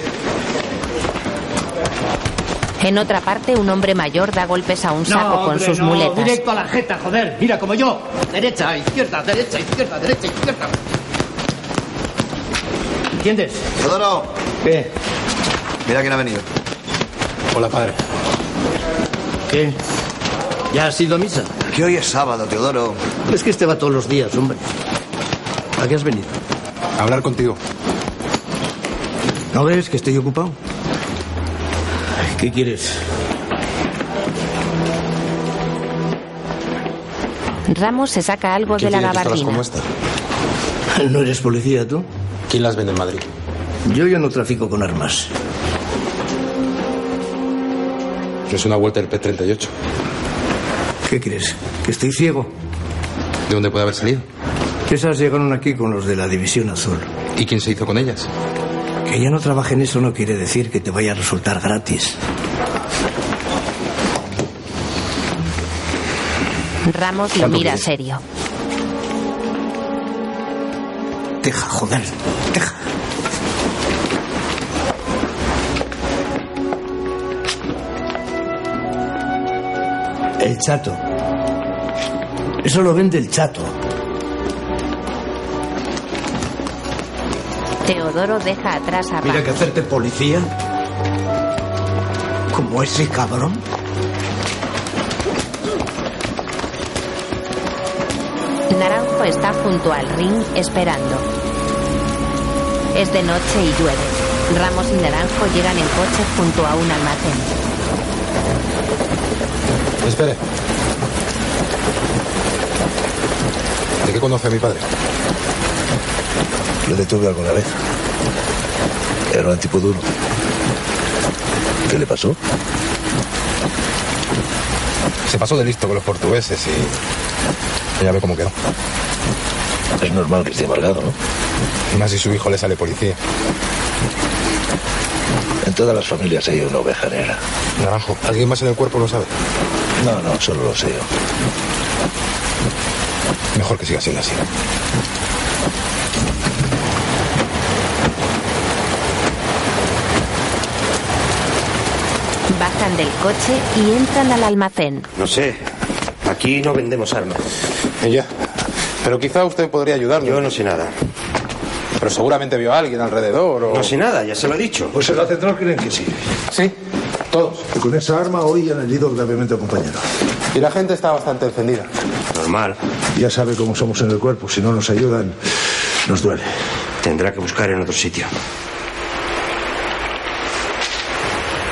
Speaker 1: En otra parte, un hombre mayor da golpes a un saco con
Speaker 6: hombre,
Speaker 1: sus
Speaker 6: no,
Speaker 1: muletas.
Speaker 6: Directo a la jeta, joder. Mira, como yo. Derecha, izquierda, derecha, izquierda, derecha, izquierda.
Speaker 9: ¿Entiendes? Teodoro. ¿Qué? Mira quién ha venido.
Speaker 16: Hola, padre.
Speaker 6: ¿Qué? ¿Ya has ido a misa?
Speaker 9: Que hoy es sábado, Teodoro.
Speaker 6: Es que este va todos los días, hombre. ¿A qué has venido?
Speaker 16: A hablar contigo.
Speaker 6: ¿No ves que estoy ocupado? ¿Qué quieres?
Speaker 1: Ramos se saca algo Pues de la gabardina.
Speaker 16: esta?
Speaker 6: ¿No eres policía tú?
Speaker 16: ¿Quién las vende en Madrid?
Speaker 6: Yo ya no trafico con armas.
Speaker 16: Es una vuelta del P-38.
Speaker 6: ¿Qué crees? ¿Que estoy ciego?
Speaker 16: ¿De dónde puede haber salido?
Speaker 6: Esas llegaron aquí con los de la División Azul.
Speaker 16: ¿Y quién se hizo con ellas?
Speaker 6: Que ya no trabaje en eso no quiere decir que te vaya a resultar gratis.
Speaker 1: Ramos lo
Speaker 7: ¿Cuánto
Speaker 1: mira
Speaker 7: quieres?
Speaker 1: serio.
Speaker 7: Deja, joder. Deja.
Speaker 6: El chato. Eso lo vende el chato.
Speaker 1: Teodoro deja atrás a
Speaker 6: Mira
Speaker 1: Paco.
Speaker 6: que hacerte policía. Como ese cabrón.
Speaker 1: Naranjo está junto al ring esperando. Es de noche y llueve. Ramos y Naranjo llegan en coche junto a un almacén.
Speaker 16: Espere. ¿De qué conoce a mi padre?
Speaker 4: Lo detuve alguna vez. Era un tipo duro. ¿Qué le pasó?
Speaker 16: Se pasó de listo con los portugueses y... Ya ve cómo quedó.
Speaker 4: Es normal que esté amargado, ¿no?
Speaker 16: Y más si su hijo le sale policía.
Speaker 4: En todas las familias hay una oveja negra.
Speaker 16: Naranjo, ¿alguien más en el cuerpo lo sabe?
Speaker 4: No, no, solo lo sé yo.
Speaker 16: Mejor que siga siendo así.
Speaker 1: Bajan del coche y entran al almacén.
Speaker 7: No sé. Aquí no vendemos armas.
Speaker 16: Ella. Pero quizá usted podría ayudarnos. Yo
Speaker 7: no sé nada.
Speaker 16: Pero seguramente vio a alguien alrededor o...
Speaker 7: No sé nada, ya se lo he dicho.
Speaker 4: Pues en la central creen que sí.
Speaker 16: Sí, todos.
Speaker 4: Y con esa arma hoy han herido gravemente a un compañero.
Speaker 16: Y la gente está bastante encendida.
Speaker 7: Normal.
Speaker 4: Ya sabe cómo somos en el cuerpo. Si no nos ayudan, nos duele.
Speaker 7: Tendrá que buscar en otro sitio.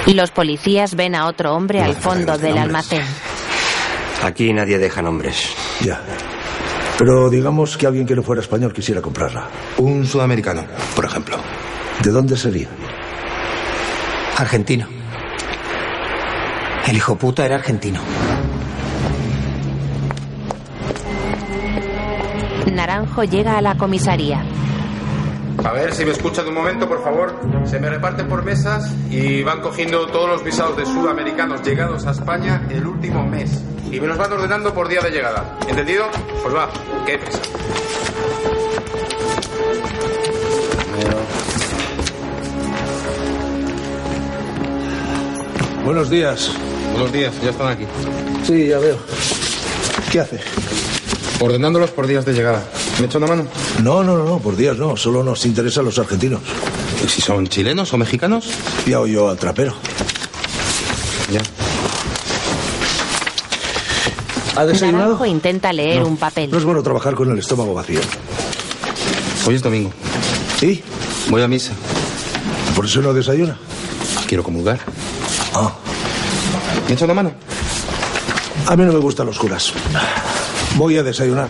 Speaker 1: Los policías ven a otro hombre al fondo del almacén.
Speaker 7: Aquí nadie deja nombres.
Speaker 4: Ya. Pero digamos que alguien que no fuera español quisiera comprarla.
Speaker 16: Un sudamericano, por ejemplo.
Speaker 4: ¿De dónde sería?
Speaker 6: Argentino. El hijo puta era argentino.
Speaker 1: Naranjo llega a la comisaría.
Speaker 30: A ver, si me escuchan un momento, por favor. Se me reparten por mesas y van cogiendo todos los visados de sudamericanos llegados a España el último mes. Y me los van ordenando por día de llegada. ¿Entendido? Pues va, qué presa.
Speaker 4: Buenos días.
Speaker 16: Buenos días, ya están aquí.
Speaker 4: Sí, ya veo. ¿Qué hace?
Speaker 16: Ordenándolos por días de llegada. ¿Me echa una mano?
Speaker 4: No, no, no, no, por días no. Solo nos interesan los argentinos.
Speaker 16: ¿Y si son chilenos o mexicanos?
Speaker 4: Ya oyó al trapero.
Speaker 16: Ya.
Speaker 4: ¿Ha
Speaker 1: Naranjo intenta leer
Speaker 4: No.
Speaker 1: un papel.
Speaker 4: No es bueno trabajar con el estómago vacío.
Speaker 16: Hoy es domingo.
Speaker 4: ¿Sí?
Speaker 16: Voy a misa.
Speaker 4: ¿Por eso no desayuna?
Speaker 16: Quiero comulgar.
Speaker 4: Ah.
Speaker 16: ¿Me echa una mano?
Speaker 4: A mí no me gustan los curas. Voy a desayunar.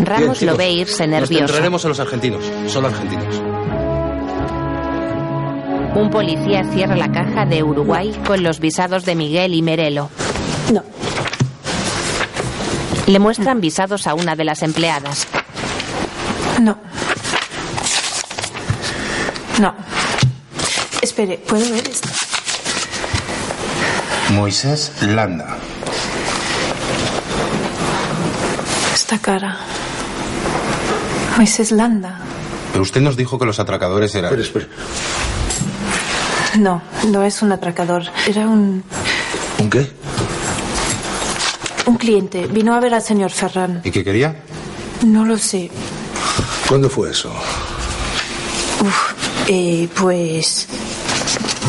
Speaker 1: Ramos
Speaker 16: Bien,
Speaker 1: lo
Speaker 16: chicos,
Speaker 1: ve irse
Speaker 16: Nos
Speaker 1: nervioso.
Speaker 16: centraremos en los argentinos. Solo argentinos.
Speaker 1: Un policía cierra la caja de Uruguay con los visados de Miguel y Merelo.
Speaker 28: No.
Speaker 1: Le muestran visados a una de las empleadas.
Speaker 28: No. No. Espere, ¿puedo ver esto?
Speaker 16: Moisés Landa.
Speaker 28: Esta cara. Moisés Oh, Landa.
Speaker 16: Pero usted nos dijo que los atracadores eran... Espera, espera.
Speaker 28: No, no es un atracador. Era un,
Speaker 4: ¿Un qué?
Speaker 28: un cliente. Vino a ver al señor Ferran.
Speaker 16: ¿Y qué quería?
Speaker 28: No lo sé.
Speaker 4: ¿Cuándo fue eso?
Speaker 28: Uf, eh, pues.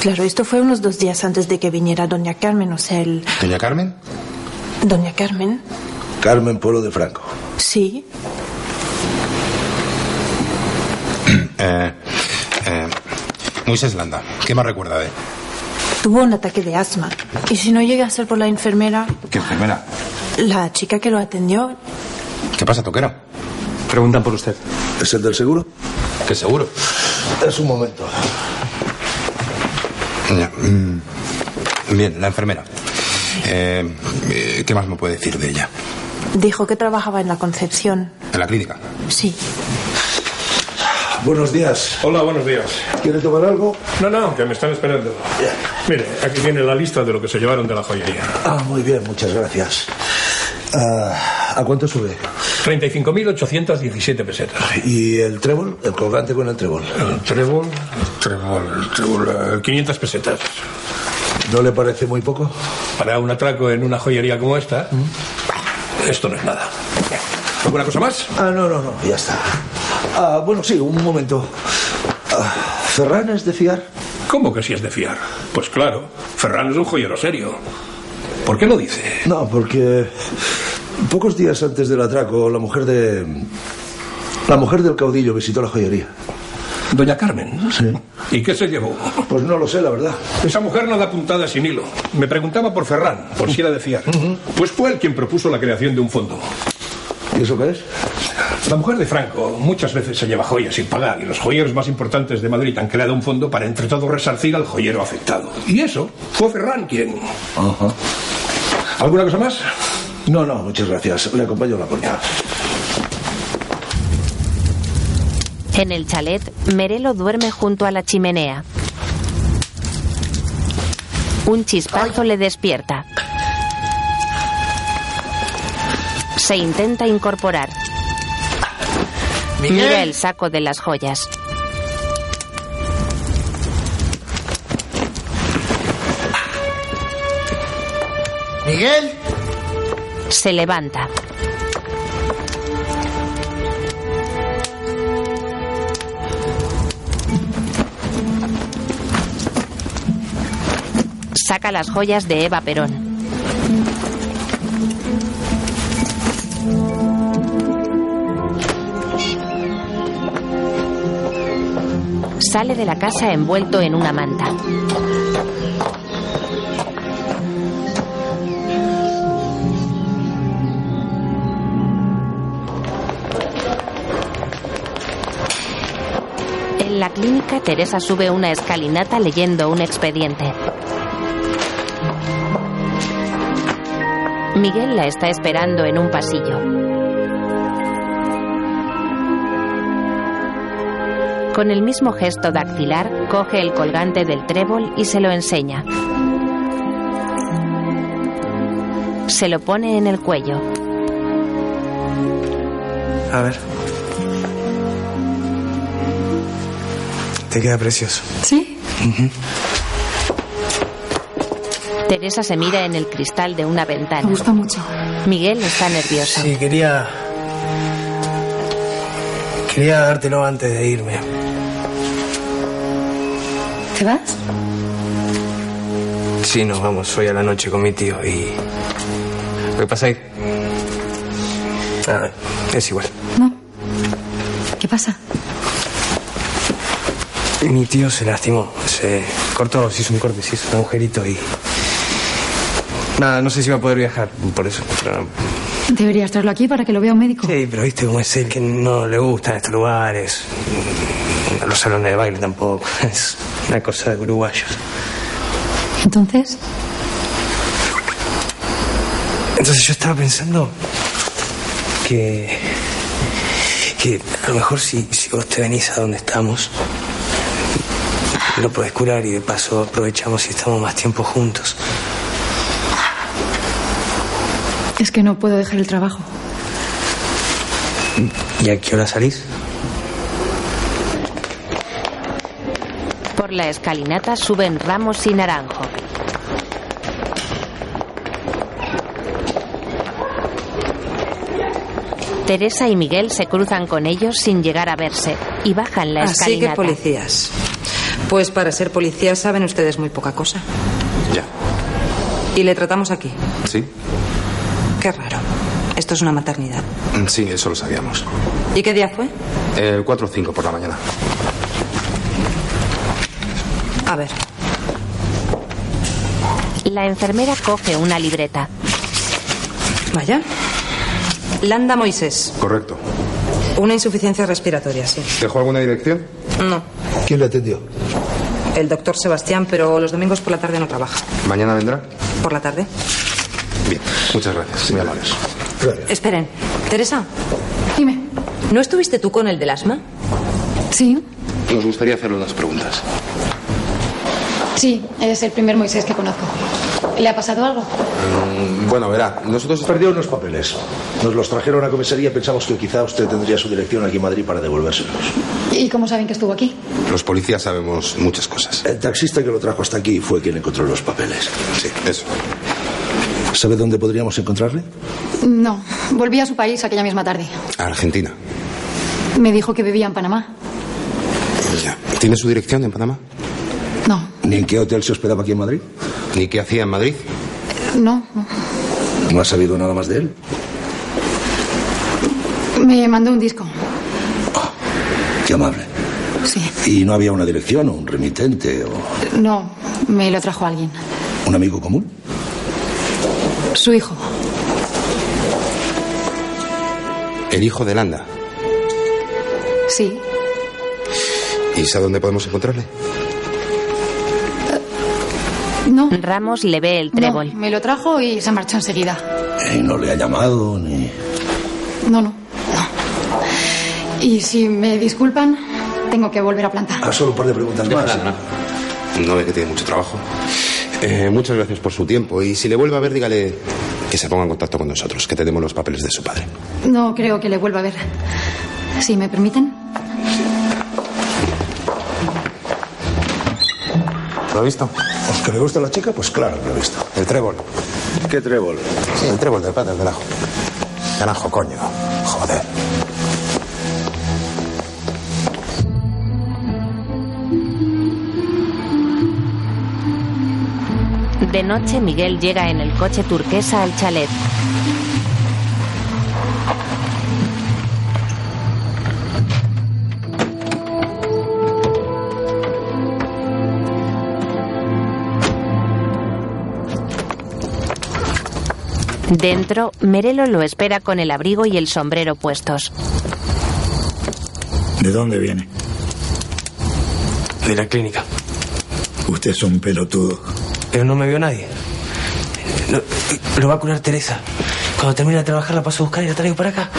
Speaker 28: Claro, esto fue unos dos días antes de que viniera Doña Carmen, o sea, el.
Speaker 16: ¿Doña Carmen?
Speaker 28: Doña Carmen,
Speaker 4: Carmen Polo de Franco.
Speaker 28: sí.
Speaker 16: Eh, eh, Moisés Landa. ¿Qué más recuerda de él?
Speaker 28: Tuvo un ataque de asma. Y si no llega a ser por la enfermera,
Speaker 16: ¿Qué enfermera?
Speaker 28: la chica que lo atendió,
Speaker 16: ¿Qué pasa, Toquero?
Speaker 4: Preguntan por usted. ¿Es el del seguro?
Speaker 16: ¿Qué seguro?
Speaker 4: Es un momento.
Speaker 16: Ya, mm, Bien, la enfermera. Eh, eh, ¿Qué más me puede decir de ella?
Speaker 28: dijo que trabajaba en la Concepción.
Speaker 16: En la clínica.
Speaker 28: Sí.
Speaker 4: Buenos días.
Speaker 31: Hola, buenos días.
Speaker 4: ¿Quiere tomar algo?
Speaker 31: No, no, que me están esperando.
Speaker 4: Mire, aquí tiene la lista de lo que se llevaron de la joyería.
Speaker 32: Ah, muy bien, muchas gracias. Ah, ¿A cuánto sube?
Speaker 4: 35.817 pesetas.
Speaker 32: ¿Y el trébol? ¿El colgante con el trébol?
Speaker 4: El trébol, el trébol, el trébol, eh, 500 pesetas.
Speaker 32: ¿No le parece muy poco?
Speaker 4: Para un atraco en una joyería como esta,
Speaker 32: ¿Mm?
Speaker 4: esto no es nada. ¿Alguna cosa más?
Speaker 32: Ah, no, no, no, ya está. Ah, bueno, sí, un momento. Ah, ¿Ferran es de fiar?
Speaker 4: ¿Cómo que si es de fiar? Pues claro, Ferran es un joyero serio. ¿Por qué lo dice?
Speaker 32: No, porque pocos días antes del atraco, la mujer de. La mujer del caudillo visitó la joyería.
Speaker 4: Doña Carmen. Sí. ¿Y qué se llevó?
Speaker 32: Pues no lo sé, la verdad.
Speaker 4: Esa mujer no da puntada sin hilo. Me preguntaba por Ferran, por si era de fiar. Pues fue él quien propuso la creación de un fondo.
Speaker 32: ¿Y eso qué es?
Speaker 4: La mujer de Franco muchas veces se lleva joyas sin pagar y los joyeros más importantes de Madrid han creado un fondo para entre todos resarcir al joyero afectado. Y eso fue Ferran quien... ¿Alguna cosa más?
Speaker 32: No, no, muchas gracias. Le acompaño a la puerta.
Speaker 1: En el chalet, Merelo duerme junto a la chimenea. Un chispazo le despierta. Se intenta incorporar.
Speaker 9: Miguel.
Speaker 1: Mira el saco de las joyas.
Speaker 33: Miguel.
Speaker 1: Se levanta. Saca las joyas de Eva Perón. Sale de la casa envuelto en una manta. En la clínica, Teresa sube una escalinata leyendo un expediente. Miguel la está esperando en un pasillo. Con el mismo gesto dactilar, coge el colgante del trébol y se lo enseña. Se lo pone en el cuello.
Speaker 34: A ver. Te queda precioso.
Speaker 1: ¿Sí?
Speaker 34: Ujú.
Speaker 1: Teresa se mira en el cristal de una ventana.
Speaker 34: Me gusta
Speaker 1: mucho. Miguel está nervioso.
Speaker 34: Sí, quería. Quería dártelo antes de irme.
Speaker 10: ¿Te vas?
Speaker 7: Sí, nos vamos hoy a la noche con mi tío y. Lo que pasa es. Ah, es igual.
Speaker 10: ¿Qué pasa?
Speaker 7: Mi tío se lastimó, se cortó, se hizo un corte, se hizo un agujerito y. Nada, no sé si va a poder viajar por eso. pero-
Speaker 10: Deberías traerlo aquí para que lo vea un médico.
Speaker 7: Sí, pero viste cómo es él, que no le gustan estos lugares, los salones de baile tampoco, es una cosa de uruguayos.
Speaker 10: Entonces,
Speaker 7: Entonces yo estaba pensando que. que a lo mejor si, si vos te venís a donde estamos, lo podés curar y de paso aprovechamos y estamos más tiempo juntos.
Speaker 10: es que no puedo dejar el trabajo.
Speaker 7: ¿Y a qué hora salís?
Speaker 1: Por la escalinata suben Ramos y Naranjo. Teresa y Miguel se cruzan con ellos sin llegar a verse y bajan la
Speaker 15: Así que
Speaker 1: escalinata.
Speaker 15: policías. Pues para ser policías saben ustedes muy poca cosa.
Speaker 16: Ya.
Speaker 15: Y le tratamos aquí.
Speaker 16: ¿Sí?
Speaker 15: Qué raro. Esto es una maternidad.
Speaker 16: Mm, Sí, eso lo sabíamos.
Speaker 15: ¿Y qué día fue?
Speaker 16: El 4 o 5 por la mañana.
Speaker 15: A ver.
Speaker 1: La enfermera coge una libreta.
Speaker 15: Vaya. Landa Moisés.
Speaker 16: Correcto.
Speaker 15: Una insuficiencia respiratoria, sí.
Speaker 16: ¿Dejó alguna dirección?
Speaker 15: No.
Speaker 16: ¿Quién le atendió?
Speaker 15: El doctor Sebastián, pero los domingos por la tarde no trabaja.
Speaker 16: ¿Mañana vendrá?
Speaker 15: ¿Por la tarde?
Speaker 16: Bien, muchas gracias. Muy amables.
Speaker 15: Esperen. Teresa. Dime. ¿No estuviste tú con el del asma?
Speaker 10: Sí.
Speaker 16: Nos gustaría hacerle unas preguntas.
Speaker 10: Sí, es el primer Moisés que conozco. ¿Le ha pasado algo?
Speaker 4: Mm, Bueno, verá, nosotros... Perdió unos papeles. Nos los trajeron a comisaría y pensamos que quizá usted tendría su dirección aquí en Madrid para devolvérselos.
Speaker 10: ¿Y cómo saben que estuvo aquí?
Speaker 4: Los policías sabemos muchas cosas. El taxista que lo trajo hasta aquí fue quien encontró los papeles. Sí, eso. ¿Sabe dónde podríamos encontrarle?
Speaker 10: No, volví a su país aquella misma tarde.
Speaker 16: A Argentina.
Speaker 10: Me dijo que vivía en Panamá.
Speaker 16: Ya. ¿Tiene su dirección en Panamá?
Speaker 10: No.
Speaker 4: ¿Ni en qué hotel se hospedaba aquí en Madrid?
Speaker 16: ¿Ni qué hacía en Madrid?
Speaker 10: No, no.
Speaker 4: ¿No has sabido nada más de él?
Speaker 10: Me mandó un disco.
Speaker 4: Ah. Qué amable.
Speaker 10: Sí.
Speaker 4: ¿Y no había una dirección o un remitente o
Speaker 10: No, me lo trajo alguien.
Speaker 4: un amigo común?
Speaker 10: Su hijo.
Speaker 16: El hijo de Landa.
Speaker 10: Sí.
Speaker 16: ¿Y sabe dónde podemos encontrarle?
Speaker 10: No.
Speaker 1: Ramos le ve el
Speaker 10: trébol. me lo trajo y se marchó enseguida.
Speaker 4: ¿Y Eh, no le ha llamado ni...?
Speaker 10: No, no. no. Y si me disculpan, tengo que volver a plantar.
Speaker 4: Ah, solo un par de preguntas más.
Speaker 16: No ve que tiene mucho trabajo. Eh, muchas gracias por su tiempo. Y si le vuelve a ver, dígale que se ponga en contacto con nosotros, que tenemos los papeles de su padre.
Speaker 10: No creo que le vuelva a ver. Si me permiten.
Speaker 16: ¿Lo ha visto?
Speaker 4: Pues que le gusta la chica, pues claro que lo he visto. El trébol. ¿Qué trébol?
Speaker 16: Sí, el trébol de plata, el naranjo. Naranjo, coño. Joder.
Speaker 1: De noche, Miguel llega en el coche turquesa al chalet. Dentro, Merelo lo espera con el abrigo y el sombrero puestos.
Speaker 6: ¿De dónde viene?
Speaker 7: De la clínica.
Speaker 6: Usted es un pelotudo.
Speaker 7: Pero no me vio nadie. Lo, lo va a curar Teresa. Cuando termine de trabajar la paso a buscar y la traigo para acá.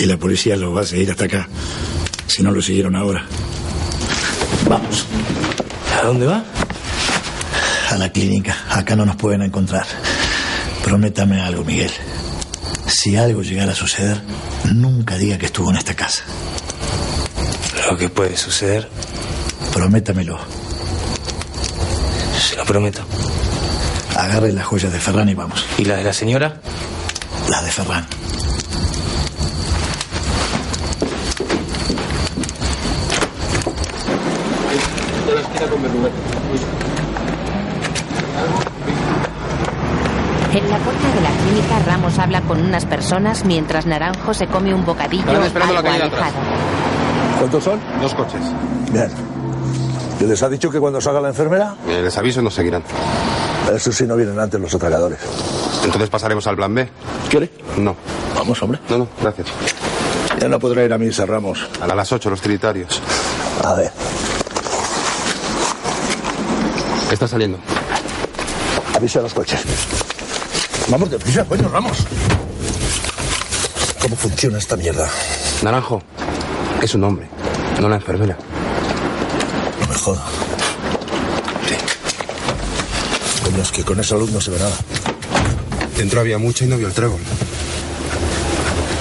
Speaker 6: Y la policía lo va a seguir hasta acá. Si no lo siguieron ahora. Vamos.
Speaker 7: ¿A dónde va?
Speaker 6: A la clínica. Acá no nos pueden encontrar. Prométame algo, Miguel. Si algo llegara a suceder, nunca diga que estuvo en esta casa.
Speaker 7: Lo que puede suceder,
Speaker 6: Prométamelo.
Speaker 7: se lo prometo.
Speaker 6: Agarre las joyas de Ferran y vamos.
Speaker 7: ¿Y la de la señora?
Speaker 6: Las de Ferran.
Speaker 1: En la puerta de la clínica, Ramos habla con unas personas mientras Naranjo se come un bocadillo
Speaker 16: Están esperando
Speaker 1: algo
Speaker 16: la calle de atrás.
Speaker 1: alejado.
Speaker 4: ¿Cuántos son?
Speaker 16: Dos coches.
Speaker 4: Bien. ¿Y ¿Les ha dicho que cuando salga la enfermera?
Speaker 16: Eh, les aviso, no seguirán.
Speaker 4: Eso sí, no vienen antes los atracadores.
Speaker 16: Entonces pasaremos al plan B.
Speaker 4: ¿Quiere?
Speaker 16: No.
Speaker 6: Vamos, hombre.
Speaker 16: No, no, gracias.
Speaker 6: Ya no podrá ir a misa, Ramos.
Speaker 16: A las 8, los trinitarios.
Speaker 6: A ver.
Speaker 16: Está saliendo.
Speaker 4: Avisa a los coches. Vamos deprisa, coño, Ramos. ¿Cómo funciona esta mierda?
Speaker 16: Naranjo es un hombre, no la enfermera.
Speaker 6: No me joda. Coño, es que con esa luz no se ve nada.
Speaker 16: Dentro había mucha y no vio el trébol.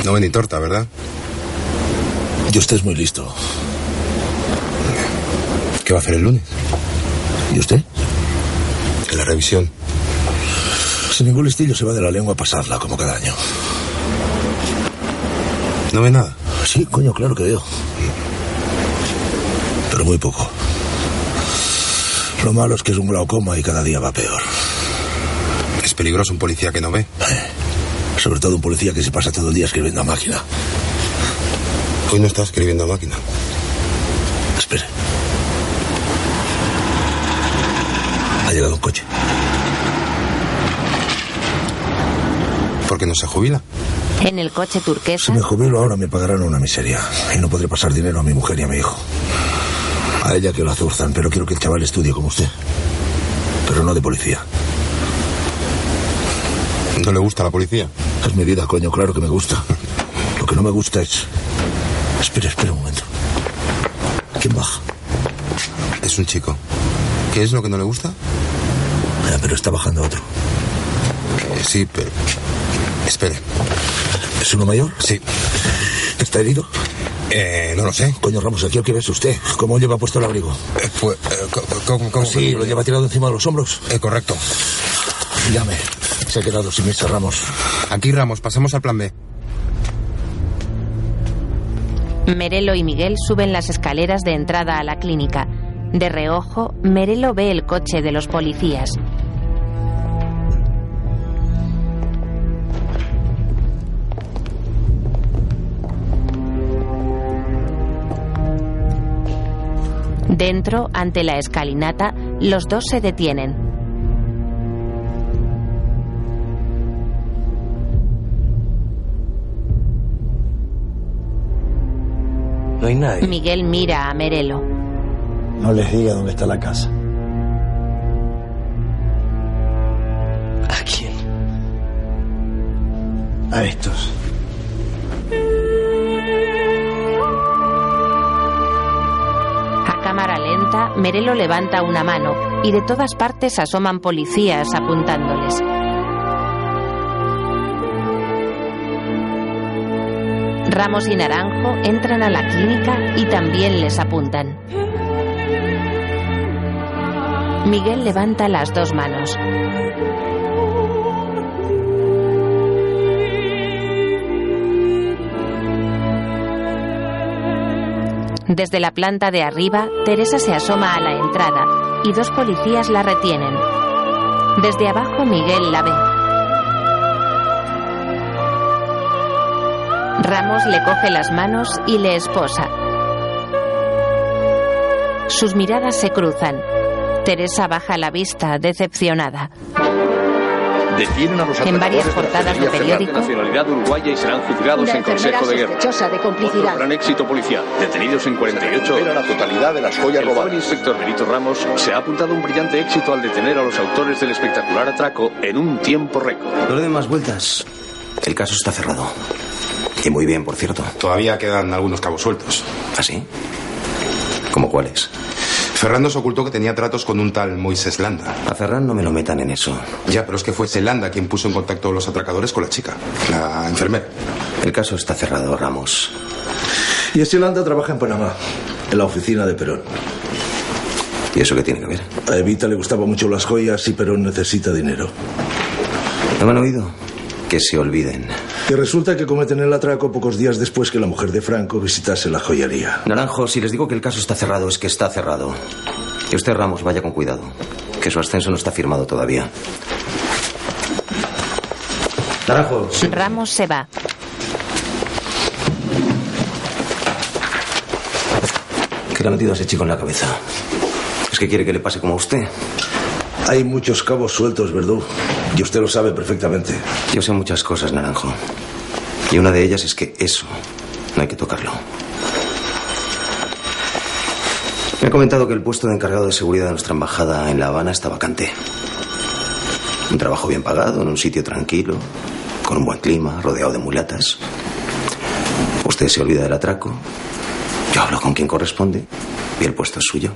Speaker 16: No ven ni torta, ¿verdad?
Speaker 6: Y usted es muy listo.
Speaker 16: ¿Qué va a hacer el lunes?
Speaker 6: ¿Y usted?
Speaker 16: En la revisión.
Speaker 6: Sin ningún listillo se va de la lengua a pasarla, como cada año.
Speaker 16: ¿No ve nada?
Speaker 6: Sí, coño, claro que veo. Pero muy poco. Lo malo es que es un glaucoma y cada día va peor.
Speaker 16: Es peligroso un policía que no ve.
Speaker 6: Eh, Sobre todo un policía que se pasa todo el día escribiendo a máquina.
Speaker 16: Hoy no está escribiendo a máquina.
Speaker 6: Espere. Ha llegado un coche.
Speaker 16: Porque no se jubila.
Speaker 1: En el coche turquesa,
Speaker 6: Si me jubilo ahora me pagarán una miseria. Y no podré pasar dinero a mi mujer y a mi hijo. A ella que lo azurzan, pero quiero que el chaval estudie como usted. Pero no de policía.
Speaker 16: ¿No le gusta la policía?
Speaker 6: Es mi vida, coño, claro que me gusta. Lo que no me gusta es... Espera, espera un momento. ¿Quién baja?
Speaker 16: Es un chico. ¿Qué es lo que no le gusta?
Speaker 6: Ah, pero está bajando otro. Eh,
Speaker 16: Sí, pero. Espere.
Speaker 6: ¿Es uno mayor?
Speaker 16: Sí.
Speaker 6: ¿Está herido?
Speaker 16: Eh, no lo sé.
Speaker 6: Coño, Ramos, aquí lo quiere es usted. ¿Cómo lleva puesto el abrigo? Pues
Speaker 16: Pues, eh, co- co- ¿cómo, cómo-
Speaker 6: Sí, lo lleva tirado encima de los hombros.
Speaker 16: correcto.
Speaker 6: Llame. Se ha quedado sin Mr. Ramos.
Speaker 16: Aquí, Ramos, pasamos al plan B.
Speaker 1: Merelo y Miguel suben las escaleras de entrada a la clínica. De reojo, Merelo ve el coche de los policías. Dentro, ante la escalinata, los dos se detienen.
Speaker 35: No hay nadie.
Speaker 1: Miguel mira a Merelo.
Speaker 6: No les diga dónde está la casa.
Speaker 36: ¿A quién?
Speaker 6: A estos.
Speaker 1: A cámara lenta, Merelo levanta una mano y de todas partes asoman policías apuntándoles. Ramos y Naranjo entran a la clínica y también les apuntan. Miguel levanta las dos manos. Desde la planta de arriba, Teresa se asoma a la entrada y dos policías la retienen. Desde abajo, Miguel la ve. Ramos le coge las manos y le esposa. Sus miradas se cruzan. Teresa baja la vista, decepcionada.
Speaker 15: Detienen a los
Speaker 1: En varias
Speaker 15: atracadores de la
Speaker 1: portadas de
Speaker 15: Cervecería Ferrat
Speaker 1: periódico.
Speaker 15: de nacionalidad uruguaya y serán juzgados en Consejo de Guerra.
Speaker 37: de
Speaker 15: Otro gran éxito policial. Detenidos en 48 horas. la totalidad de las joyas robadas. El joven inspector Benito Ramos se ha apuntado un brillante éxito al detener a los autores del espectacular atraco en un tiempo récord.
Speaker 27: No le den más vueltas. El caso está cerrado. Y muy bien, por cierto.
Speaker 16: Todavía quedan algunos cabos sueltos.
Speaker 27: ¿Ah, sí? ¿Cómo cuáles?
Speaker 16: Ferrando se ocultó que tenía tratos con un tal Moisés Landa.
Speaker 27: A Ferran no me lo metan en eso.
Speaker 16: Ya, pero es que fue ese Landa quien puso en contacto a los atracadores con la chica, la enfermera.
Speaker 27: El caso está cerrado, Ramos.
Speaker 4: Y este Holanda trabaja en Panamá, en la oficina de Perón.
Speaker 27: ¿Y eso qué tiene que ver?
Speaker 4: A Evita le gustaban mucho las joyas y Perón necesita dinero.
Speaker 27: ¿No me han oído? Que se olviden.
Speaker 4: Que resulta que cometen el atraco pocos días después que la mujer de Franco visitase la joyería.
Speaker 27: Naranjo, si les digo que el caso está cerrado, es que está cerrado. Y usted, Ramos, vaya con cuidado. Que su ascenso no está firmado todavía. Naranjo.
Speaker 1: Ramos se va.
Speaker 27: ¿Qué le ha metido a ese chico en la cabeza? Es que quiere que le pase como a usted.
Speaker 4: Hay muchos cabos sueltos, Verdú. Y usted lo sabe perfectamente.
Speaker 27: Yo sé muchas cosas, Naranjo. Y una de ellas es que eso no hay que tocarlo. Me ha comentado que el puesto de encargado de seguridad de nuestra embajada en La Habana está vacante. Un trabajo bien pagado, en un sitio tranquilo, con un buen clima, rodeado de mulatas. Usted se olvida del atraco. Yo hablo con quien corresponde y el puesto es suyo.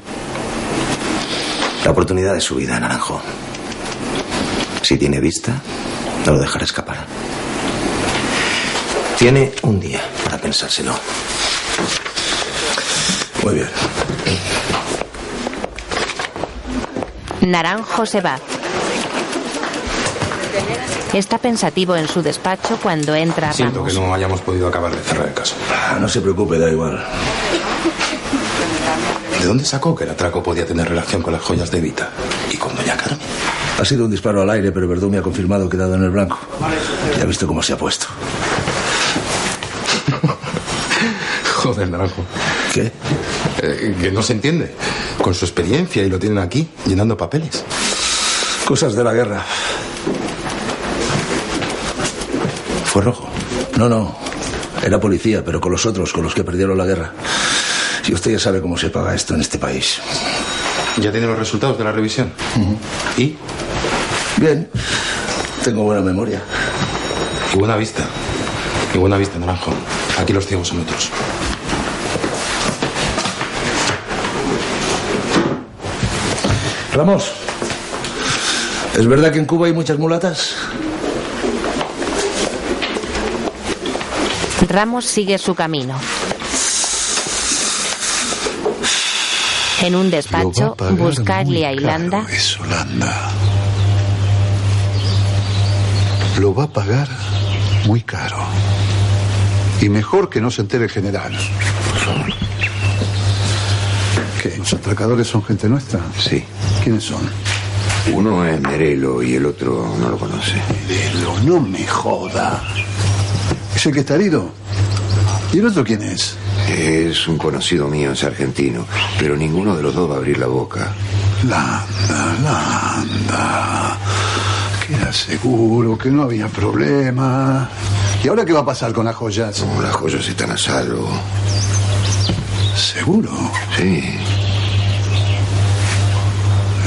Speaker 27: La oportunidad de su vida, Naranjo. Si tiene vista, no lo dejará escapar. Tiene un día para pensárselo.
Speaker 4: Muy bien.
Speaker 1: Naranjo se va. Está pensativo en su despacho cuando entra
Speaker 16: Siento
Speaker 1: Ramos.
Speaker 16: que no hayamos podido acabar de cerrar el caso.
Speaker 4: Ah, No se preocupe, da igual.
Speaker 16: ¿De dónde sacó que el atraco podía tener relación con las joyas de Evita? ¿Y con Doña Carmen?
Speaker 4: Ha sido un disparo al aire, pero Verdú me ha confirmado que he dado en el blanco. Ya ha visto cómo se ha puesto.
Speaker 16: Joder, Naranjo. Eh,
Speaker 4: ¿Qué?
Speaker 16: que no se entiende. Con su experiencia y lo tienen aquí, llenando papeles.
Speaker 4: Cosas de la guerra. ¿Fue rojo? No, no. Era policía, pero con los otros, con los que perdieron la guerra. Y usted ya sabe cómo se paga esto en este país.
Speaker 16: ¿Ya tiene los resultados de la revisión? ¿Y?
Speaker 4: Bien. Tengo buena memoria.
Speaker 16: Y buena vista. Y buena vista, Naranjo. Aquí los ciegos son otros.
Speaker 4: Ramos, ¿es verdad que en Cuba hay muchas mulatas?
Speaker 1: Ramos sigue su camino. En un
Speaker 5: Lo va
Speaker 1: despacho,
Speaker 5: a pagar
Speaker 1: Buscaglia y
Speaker 5: muy caro,
Speaker 1: Landa
Speaker 5: Es Holanda. Lo va a pagar muy caro. Y mejor que no se entere el general. ¿Qué? ¿Los atracadores son gente nuestra? Sí. ¿Quiénes son?
Speaker 2: Uno es Merelo y el otro no lo conoce.
Speaker 5: Merelo, no me joda. ¿Es el que está herido? ¿Y el otro quién es?
Speaker 2: Es un conocido mío, es argentino, pero ninguno de los dos va a abrir la boca.
Speaker 5: Landa, Landa. Que era seguro, que no había problema. ¿Y ahora qué va a pasar con las joyas?
Speaker 2: Oh, Las joyas están a salvo.
Speaker 5: ¿Seguro?
Speaker 2: Sí.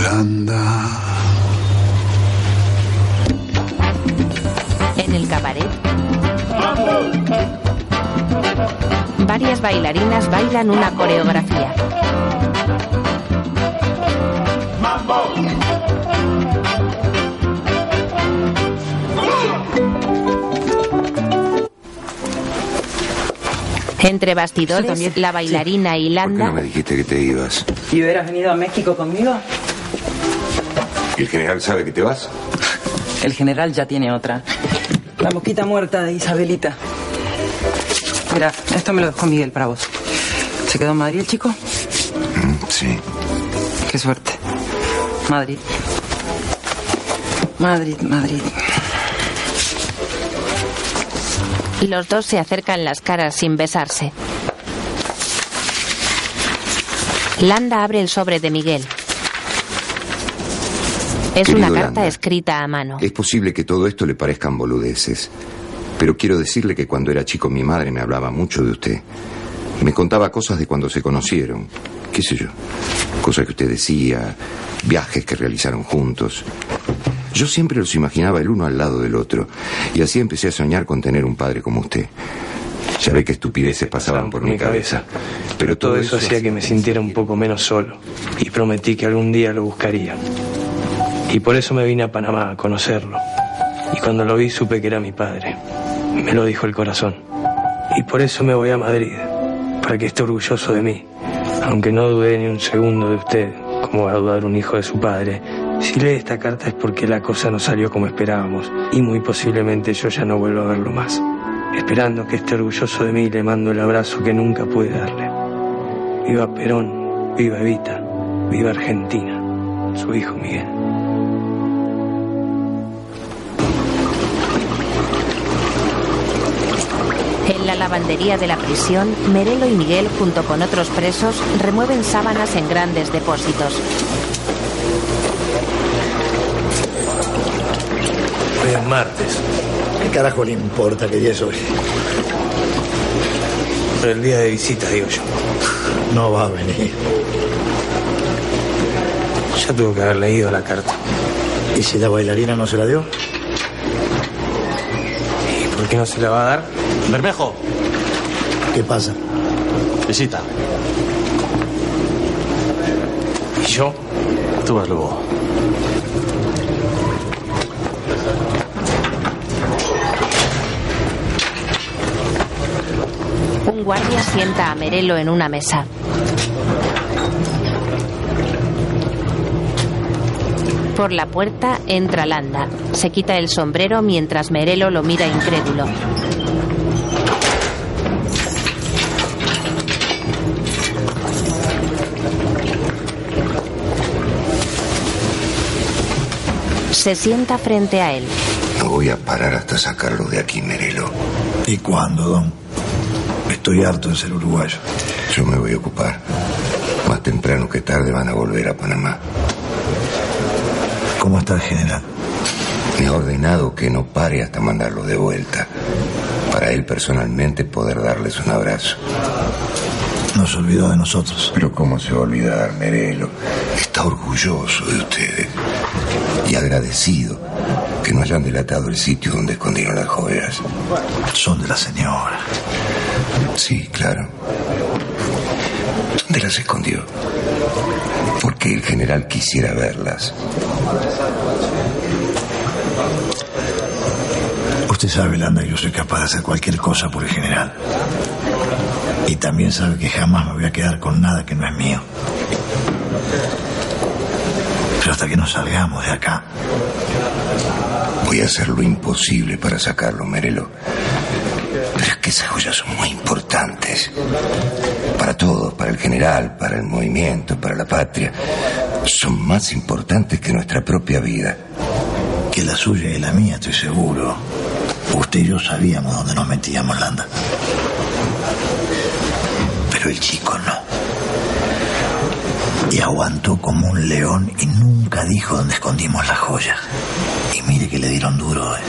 Speaker 5: Landa.
Speaker 1: en el cabaret. Varias bailarinas bailan una coreografía. Entre bastidores, la bailarina y
Speaker 2: ¿Por qué no
Speaker 1: Landa
Speaker 2: me dijiste que te ibas?
Speaker 14: ¿Y hubieras venido a México conmigo?
Speaker 2: ¿Y el general sabe que te vas?
Speaker 14: El general ya tiene otra. La mosquita muerta de Isabelita. Mira, esto me lo dejó Miguel para vos. ¿Se quedó en Madrid el chico? Mm,
Speaker 2: Sí.
Speaker 14: Qué suerte. Madrid. Madrid, Madrid.
Speaker 1: Los dos se acercan las caras sin besarse. Landa abre el sobre de Miguel. Es
Speaker 2: Querido
Speaker 1: una carta
Speaker 2: Landa.
Speaker 1: escrita a mano.
Speaker 2: Es posible que todo esto le parezcan boludeces, pero quiero decirle que cuando era chico mi madre me hablaba mucho de usted. Me contaba cosas de cuando se conocieron, qué sé yo, cosas que usted decía, viajes que realizaron juntos. Yo siempre los imaginaba el uno al lado del otro, y así empecé a soñar con tener un padre como usted. Ya ve qué estupideces pasaban por mi cabeza. Pero
Speaker 7: Todo eso hacía
Speaker 2: hacía-
Speaker 7: que me sintiera un poco menos solo y prometí que algún día lo buscaría. Y por eso me vine a Panamá a conocerlo. Y cuando lo vi supe que era mi padre. Me lo dijo el corazón. Y por eso me voy a Madrid, para que esté orgulloso de mí. Aunque no dudé ni un segundo de usted, como va a dudar un hijo de su padre. Si lee esta carta es porque la cosa no salió como esperábamos y muy posiblemente yo ya no vuelvo a verlo más. Esperando que esté orgulloso de mí le mando el abrazo que nunca pude darle. Viva Perón, viva Evita, viva Argentina, su hijo Miguel.
Speaker 1: En la lavandería de la prisión, Merelo y Miguel, junto con otros presos, remueven sábanas en grandes depósitos.
Speaker 7: Hoy es martes,
Speaker 6: ¿Qué carajo le importa que día es hoy?
Speaker 7: pero el día de visita, digo yo.
Speaker 6: No va a venir.
Speaker 7: Ya tuvo que haber leído la carta.
Speaker 6: ¿Y si la bailarina no se la dio?
Speaker 7: ¿Y por qué no se la va a dar?
Speaker 6: Bermejo. ¿Qué pasa?
Speaker 38: Visita.
Speaker 7: ¿Y yo?
Speaker 38: Tú vas luego.
Speaker 1: Un guardia sienta a Merelo en una mesa. Por la puerta entra Landa. Se quita el sombrero mientras Merelo lo mira incrédulo. Se sienta frente a él.
Speaker 2: No voy a parar hasta sacarlo de aquí, Merelo.
Speaker 6: ¿Y cuándo, don? Estoy harto de ser uruguayo.
Speaker 2: Yo me voy a ocupar. Más temprano que tarde van a volver a Panamá.
Speaker 6: ¿Cómo está el general?
Speaker 2: Me ha ordenado que no pare hasta mandarlo de vuelta. Para él personalmente poder darles un abrazo.
Speaker 6: Nos olvidó de nosotros.
Speaker 2: Pero ¿cómo se va a olvidar, Merelo? Está orgulloso de ustedes. Y agradecido que no hayan delatado el sitio donde escondieron las joyas.
Speaker 6: Son de la señora.
Speaker 2: Sí, claro. ¿Dónde las escondió? Porque el general quisiera verlas.
Speaker 6: Usted sabe, Landa, que yo soy capaz de hacer cualquier cosa por el general. Y también sabe que jamás me voy a quedar con nada que no es mío.
Speaker 2: Pero hasta que nos salgamos de acá. Voy a hacer lo imposible para sacarlo, Merelo. Pero es que esas joyas son muy importantes. Para todos, para el general, para el movimiento, para la patria. Son más importantes que nuestra propia vida.
Speaker 6: Que la suya y la mía, estoy seguro. Usted y yo sabíamos dónde nos metíamos, Landa. Pero el chico no. Y aguantó como un león y nunca dijo dónde escondimos las joyas. Y mire que le dieron duro. eh.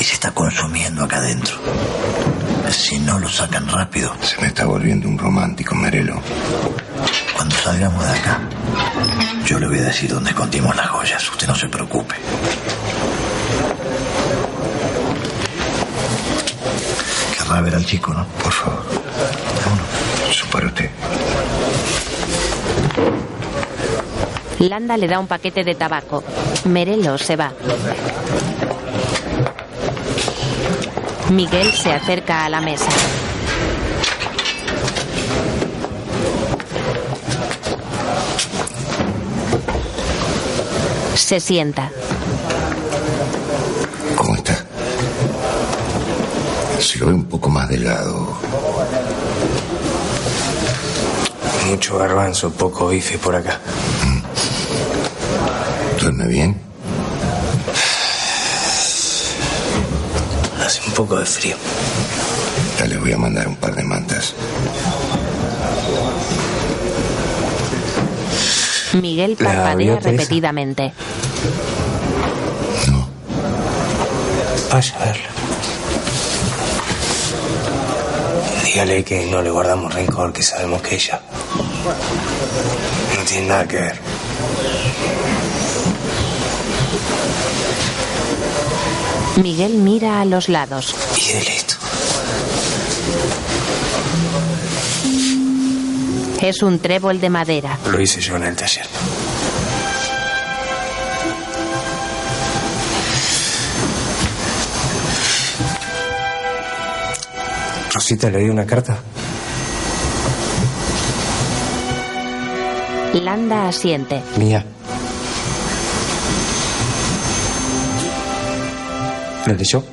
Speaker 6: Y se está consumiendo acá adentro. Si no lo sacan rápido.
Speaker 2: Se me está volviendo un romántico, Merelo.
Speaker 6: Cuando salgamos de acá, yo le voy a decir dónde escondimos las joyas. Usted no se preocupe. Querrá ver al chico, ¿no?
Speaker 2: Por favor. Eso para usted.
Speaker 1: Landa le da un paquete de tabaco. Merelo se va. Miguel se acerca a la mesa. Se sienta.
Speaker 2: ¿Cómo está? Se lo ve un poco más delgado.
Speaker 7: Mucho garbanzo, poco bife por acá.
Speaker 2: ¿Duerme bien?
Speaker 7: Hace un poco de frío.
Speaker 2: Ya le voy a mandar un par de mantas.
Speaker 1: Miguel
Speaker 2: La
Speaker 1: parpadea
Speaker 2: gaviota esa.
Speaker 1: repetidamente.
Speaker 7: Vaya a verla. Dígale que no le guardamos rencor, que sabemos que ella no tiene nada que ver.
Speaker 1: Miguel mira a los lados.
Speaker 7: Y de listo.
Speaker 1: Es un trébol de madera.
Speaker 7: Lo hice yo en el taller. Rosita le dio una carta.
Speaker 1: Landa asiente.
Speaker 7: Mía. ¿La leyó?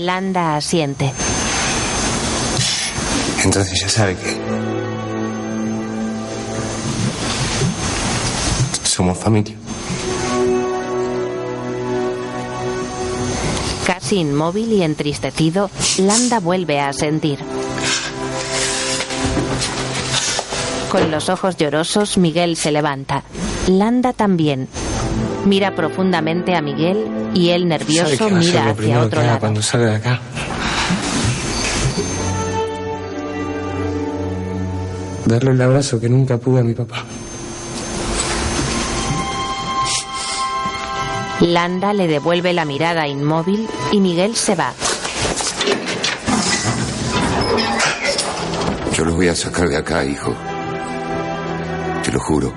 Speaker 1: Landa asiente.
Speaker 7: Entonces ya sabe que. Somos familia.
Speaker 1: Casi inmóvil y entristecido, Landa vuelve a sentir. Con los ojos llorosos, Miguel se levanta. Landa también. Mira profundamente a Miguel y él
Speaker 7: ¿Sabe
Speaker 1: nervioso
Speaker 7: qué va a ser
Speaker 1: mira
Speaker 7: lo
Speaker 1: hacia
Speaker 7: primero que
Speaker 1: otro
Speaker 7: haga
Speaker 1: lado.
Speaker 7: cuando salga de acá? Darle el abrazo que nunca pude a mi papá.
Speaker 1: Landa le devuelve la mirada inmóvil y Miguel se va.
Speaker 2: Yo los voy a sacar de acá, hijo. Te lo juro.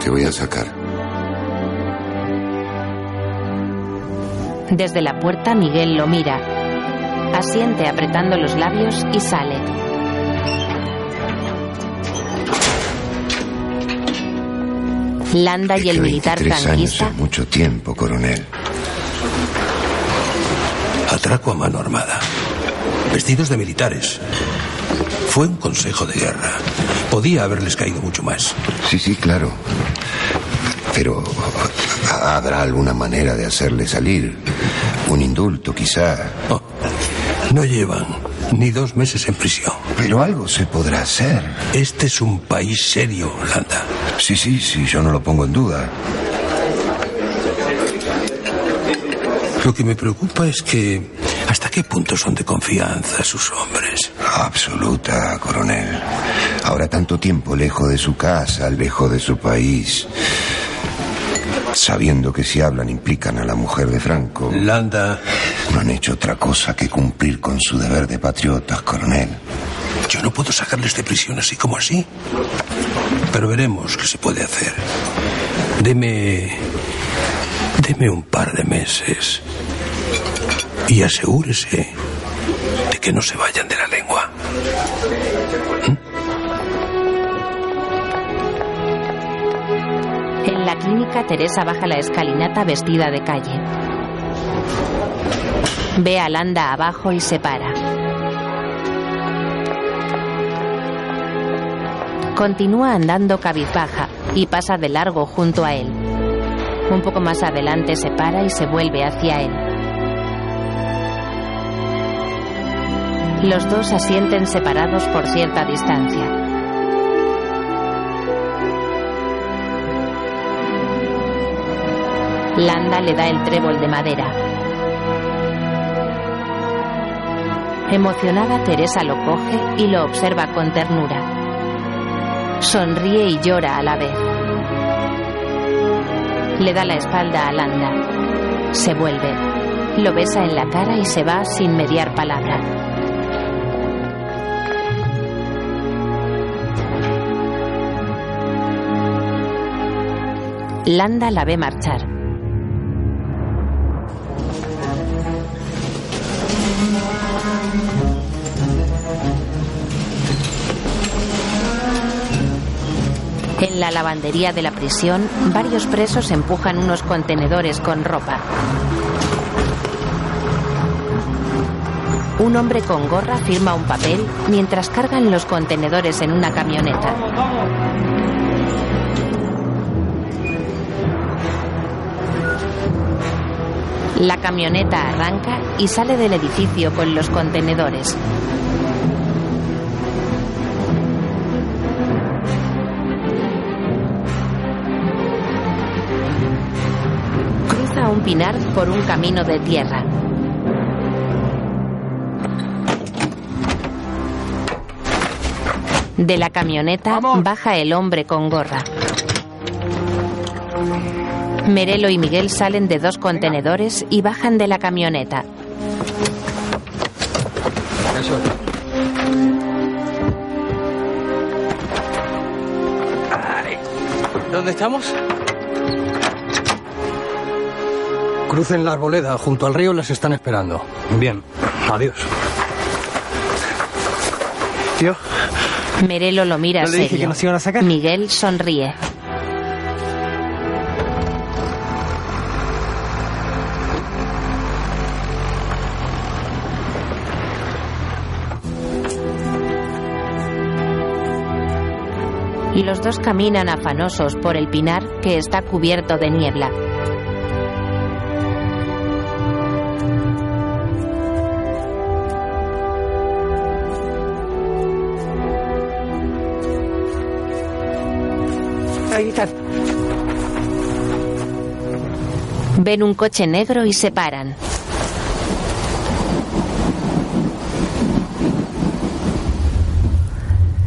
Speaker 2: Te voy a sacar.
Speaker 1: Desde la puerta Miguel lo mira. Asiente apretando los labios y sale. Landa y el militar
Speaker 2: Tres años
Speaker 1: franquista
Speaker 2: es mucho tiempo, coronel.
Speaker 4: Atraco a mano armada. Vestidos de militares. Fue un consejo de guerra. Podía haberles caído mucho más.
Speaker 2: Sí, sí, claro. Pero ha- habrá alguna manera de hacerle salir. Un indulto, quizá.
Speaker 4: No llevan ni dos meses en prisión.
Speaker 2: Pero algo se podrá hacer.
Speaker 4: Este es un país serio, Holanda.
Speaker 2: Sí, sí, sí, yo no lo pongo en duda.
Speaker 4: Lo que me preocupa es que... ¿Hasta qué punto son de confianza sus hombres?
Speaker 2: Absoluta, coronel. Ahora tanto tiempo lejos de su casa, lejos de su país.
Speaker 24: sabiendo que si hablan implican a la mujer de Franco.
Speaker 10: Landa.
Speaker 24: No han hecho otra cosa que cumplir con su deber de patriotas, coronel.
Speaker 10: Yo no puedo sacarles de prisión así como así. Pero veremos qué se puede hacer. Deme. Deme un par de meses. Y asegúrese de que no se vayan de la lengua.
Speaker 1: En la clínica, Teresa baja la escalinata vestida de calle. Ve a Landa abajo y se para. Continúa andando cabizbaja y pasa de largo junto a él. Un poco más adelante se para y se vuelve hacia él. Los dos asienten separados por cierta distancia. Landa le da el trébol de madera. Emocionada, Teresa lo coge y lo observa con ternura. Sonríe y llora a la vez. Le da la espalda a Landa. Se vuelve. Lo besa en la cara y se va sin mediar palabra. Landa la ve marchar. En la lavandería de la prisión, varios presos empujan unos contenedores con ropa. Un hombre con gorra firma un papel mientras cargan los contenedores en una camioneta. La camioneta arranca y sale del edificio con los contenedores. Cruza un pinar por un camino de tierra. De la camioneta baja el hombre con gorra. Merelo y Miguel salen de dos contenedores y bajan de la camioneta.
Speaker 25: ¿Dónde estamos?
Speaker 2: Crucen la arboleda junto al río, las están esperando. Bien, adiós. Tío,
Speaker 1: Merelo lo mira
Speaker 2: ¿No le dije
Speaker 1: serio.
Speaker 2: que nos
Speaker 1: Miguel sonríe. Y los dos caminan afanosos por el pinar que está cubierto de niebla.
Speaker 25: Ahí están.
Speaker 1: Ven un coche negro y se paran.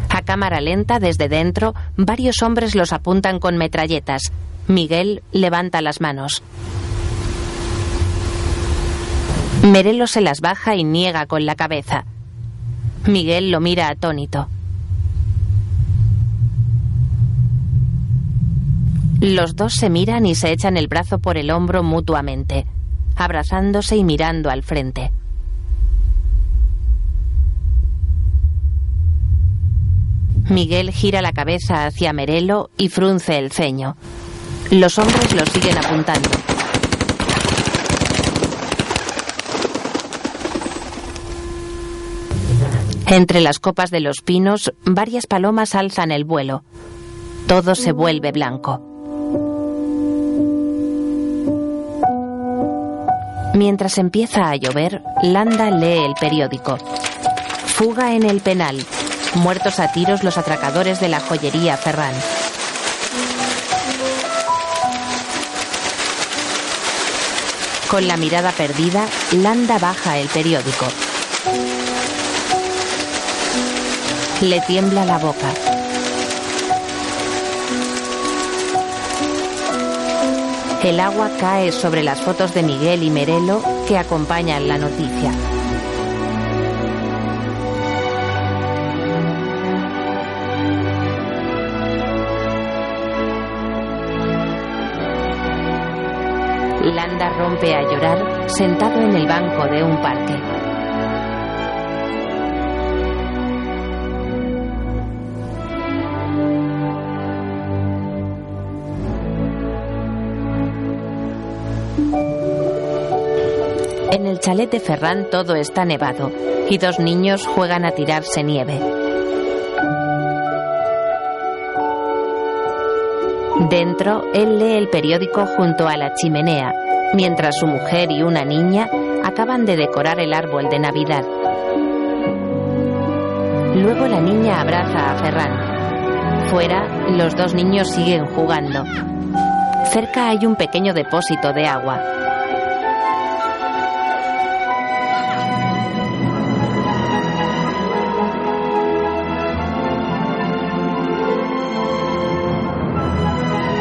Speaker 1: A cámara lenta desde dentro, varios hombres los apuntan con metralletas. Miguel levanta las manos. Merelo se las baja y niega con la cabeza. Miguel lo mira atónito. Los dos se miran y se echan el brazo por el hombro mutuamente, abrazándose y mirando al frente. Miguel gira la cabeza hacia Merelo y frunce el ceño. Los hombres lo siguen apuntando. Entre las copas de los pinos, varias palomas alzan el vuelo. Todo se vuelve blanco. Mientras empieza a llover, Landa lee el periódico. Fuga en el penal. Muertos a tiros los atracadores de la joyería Ferran. Con la mirada perdida, Landa baja el periódico. Le tiembla la boca. El agua cae sobre las fotos de Miguel y Merelo que acompañan la noticia. Landa rompe a llorar sentado en el banco de un parque. En el chalet de Ferran todo está nevado y dos niños juegan a tirarse nieve. Dentro, él lee el periódico junto a la chimenea, mientras su mujer y una niña acaban de decorar el árbol de Navidad. Luego la niña abraza a Ferran. Fuera, los dos niños siguen jugando. Cerca hay un pequeño depósito de agua.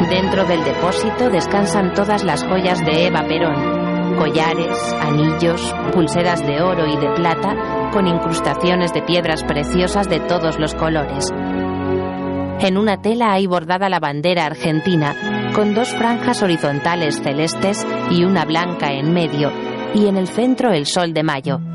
Speaker 1: Dentro del depósito descansan todas las joyas de Eva Perón. Collares, anillos, pulseras de oro y de plata con incrustaciones de piedras preciosas de todos los colores. En una tela hay bordada la bandera argentina con dos franjas horizontales celestes y una blanca en medio y en el centro el sol de mayo.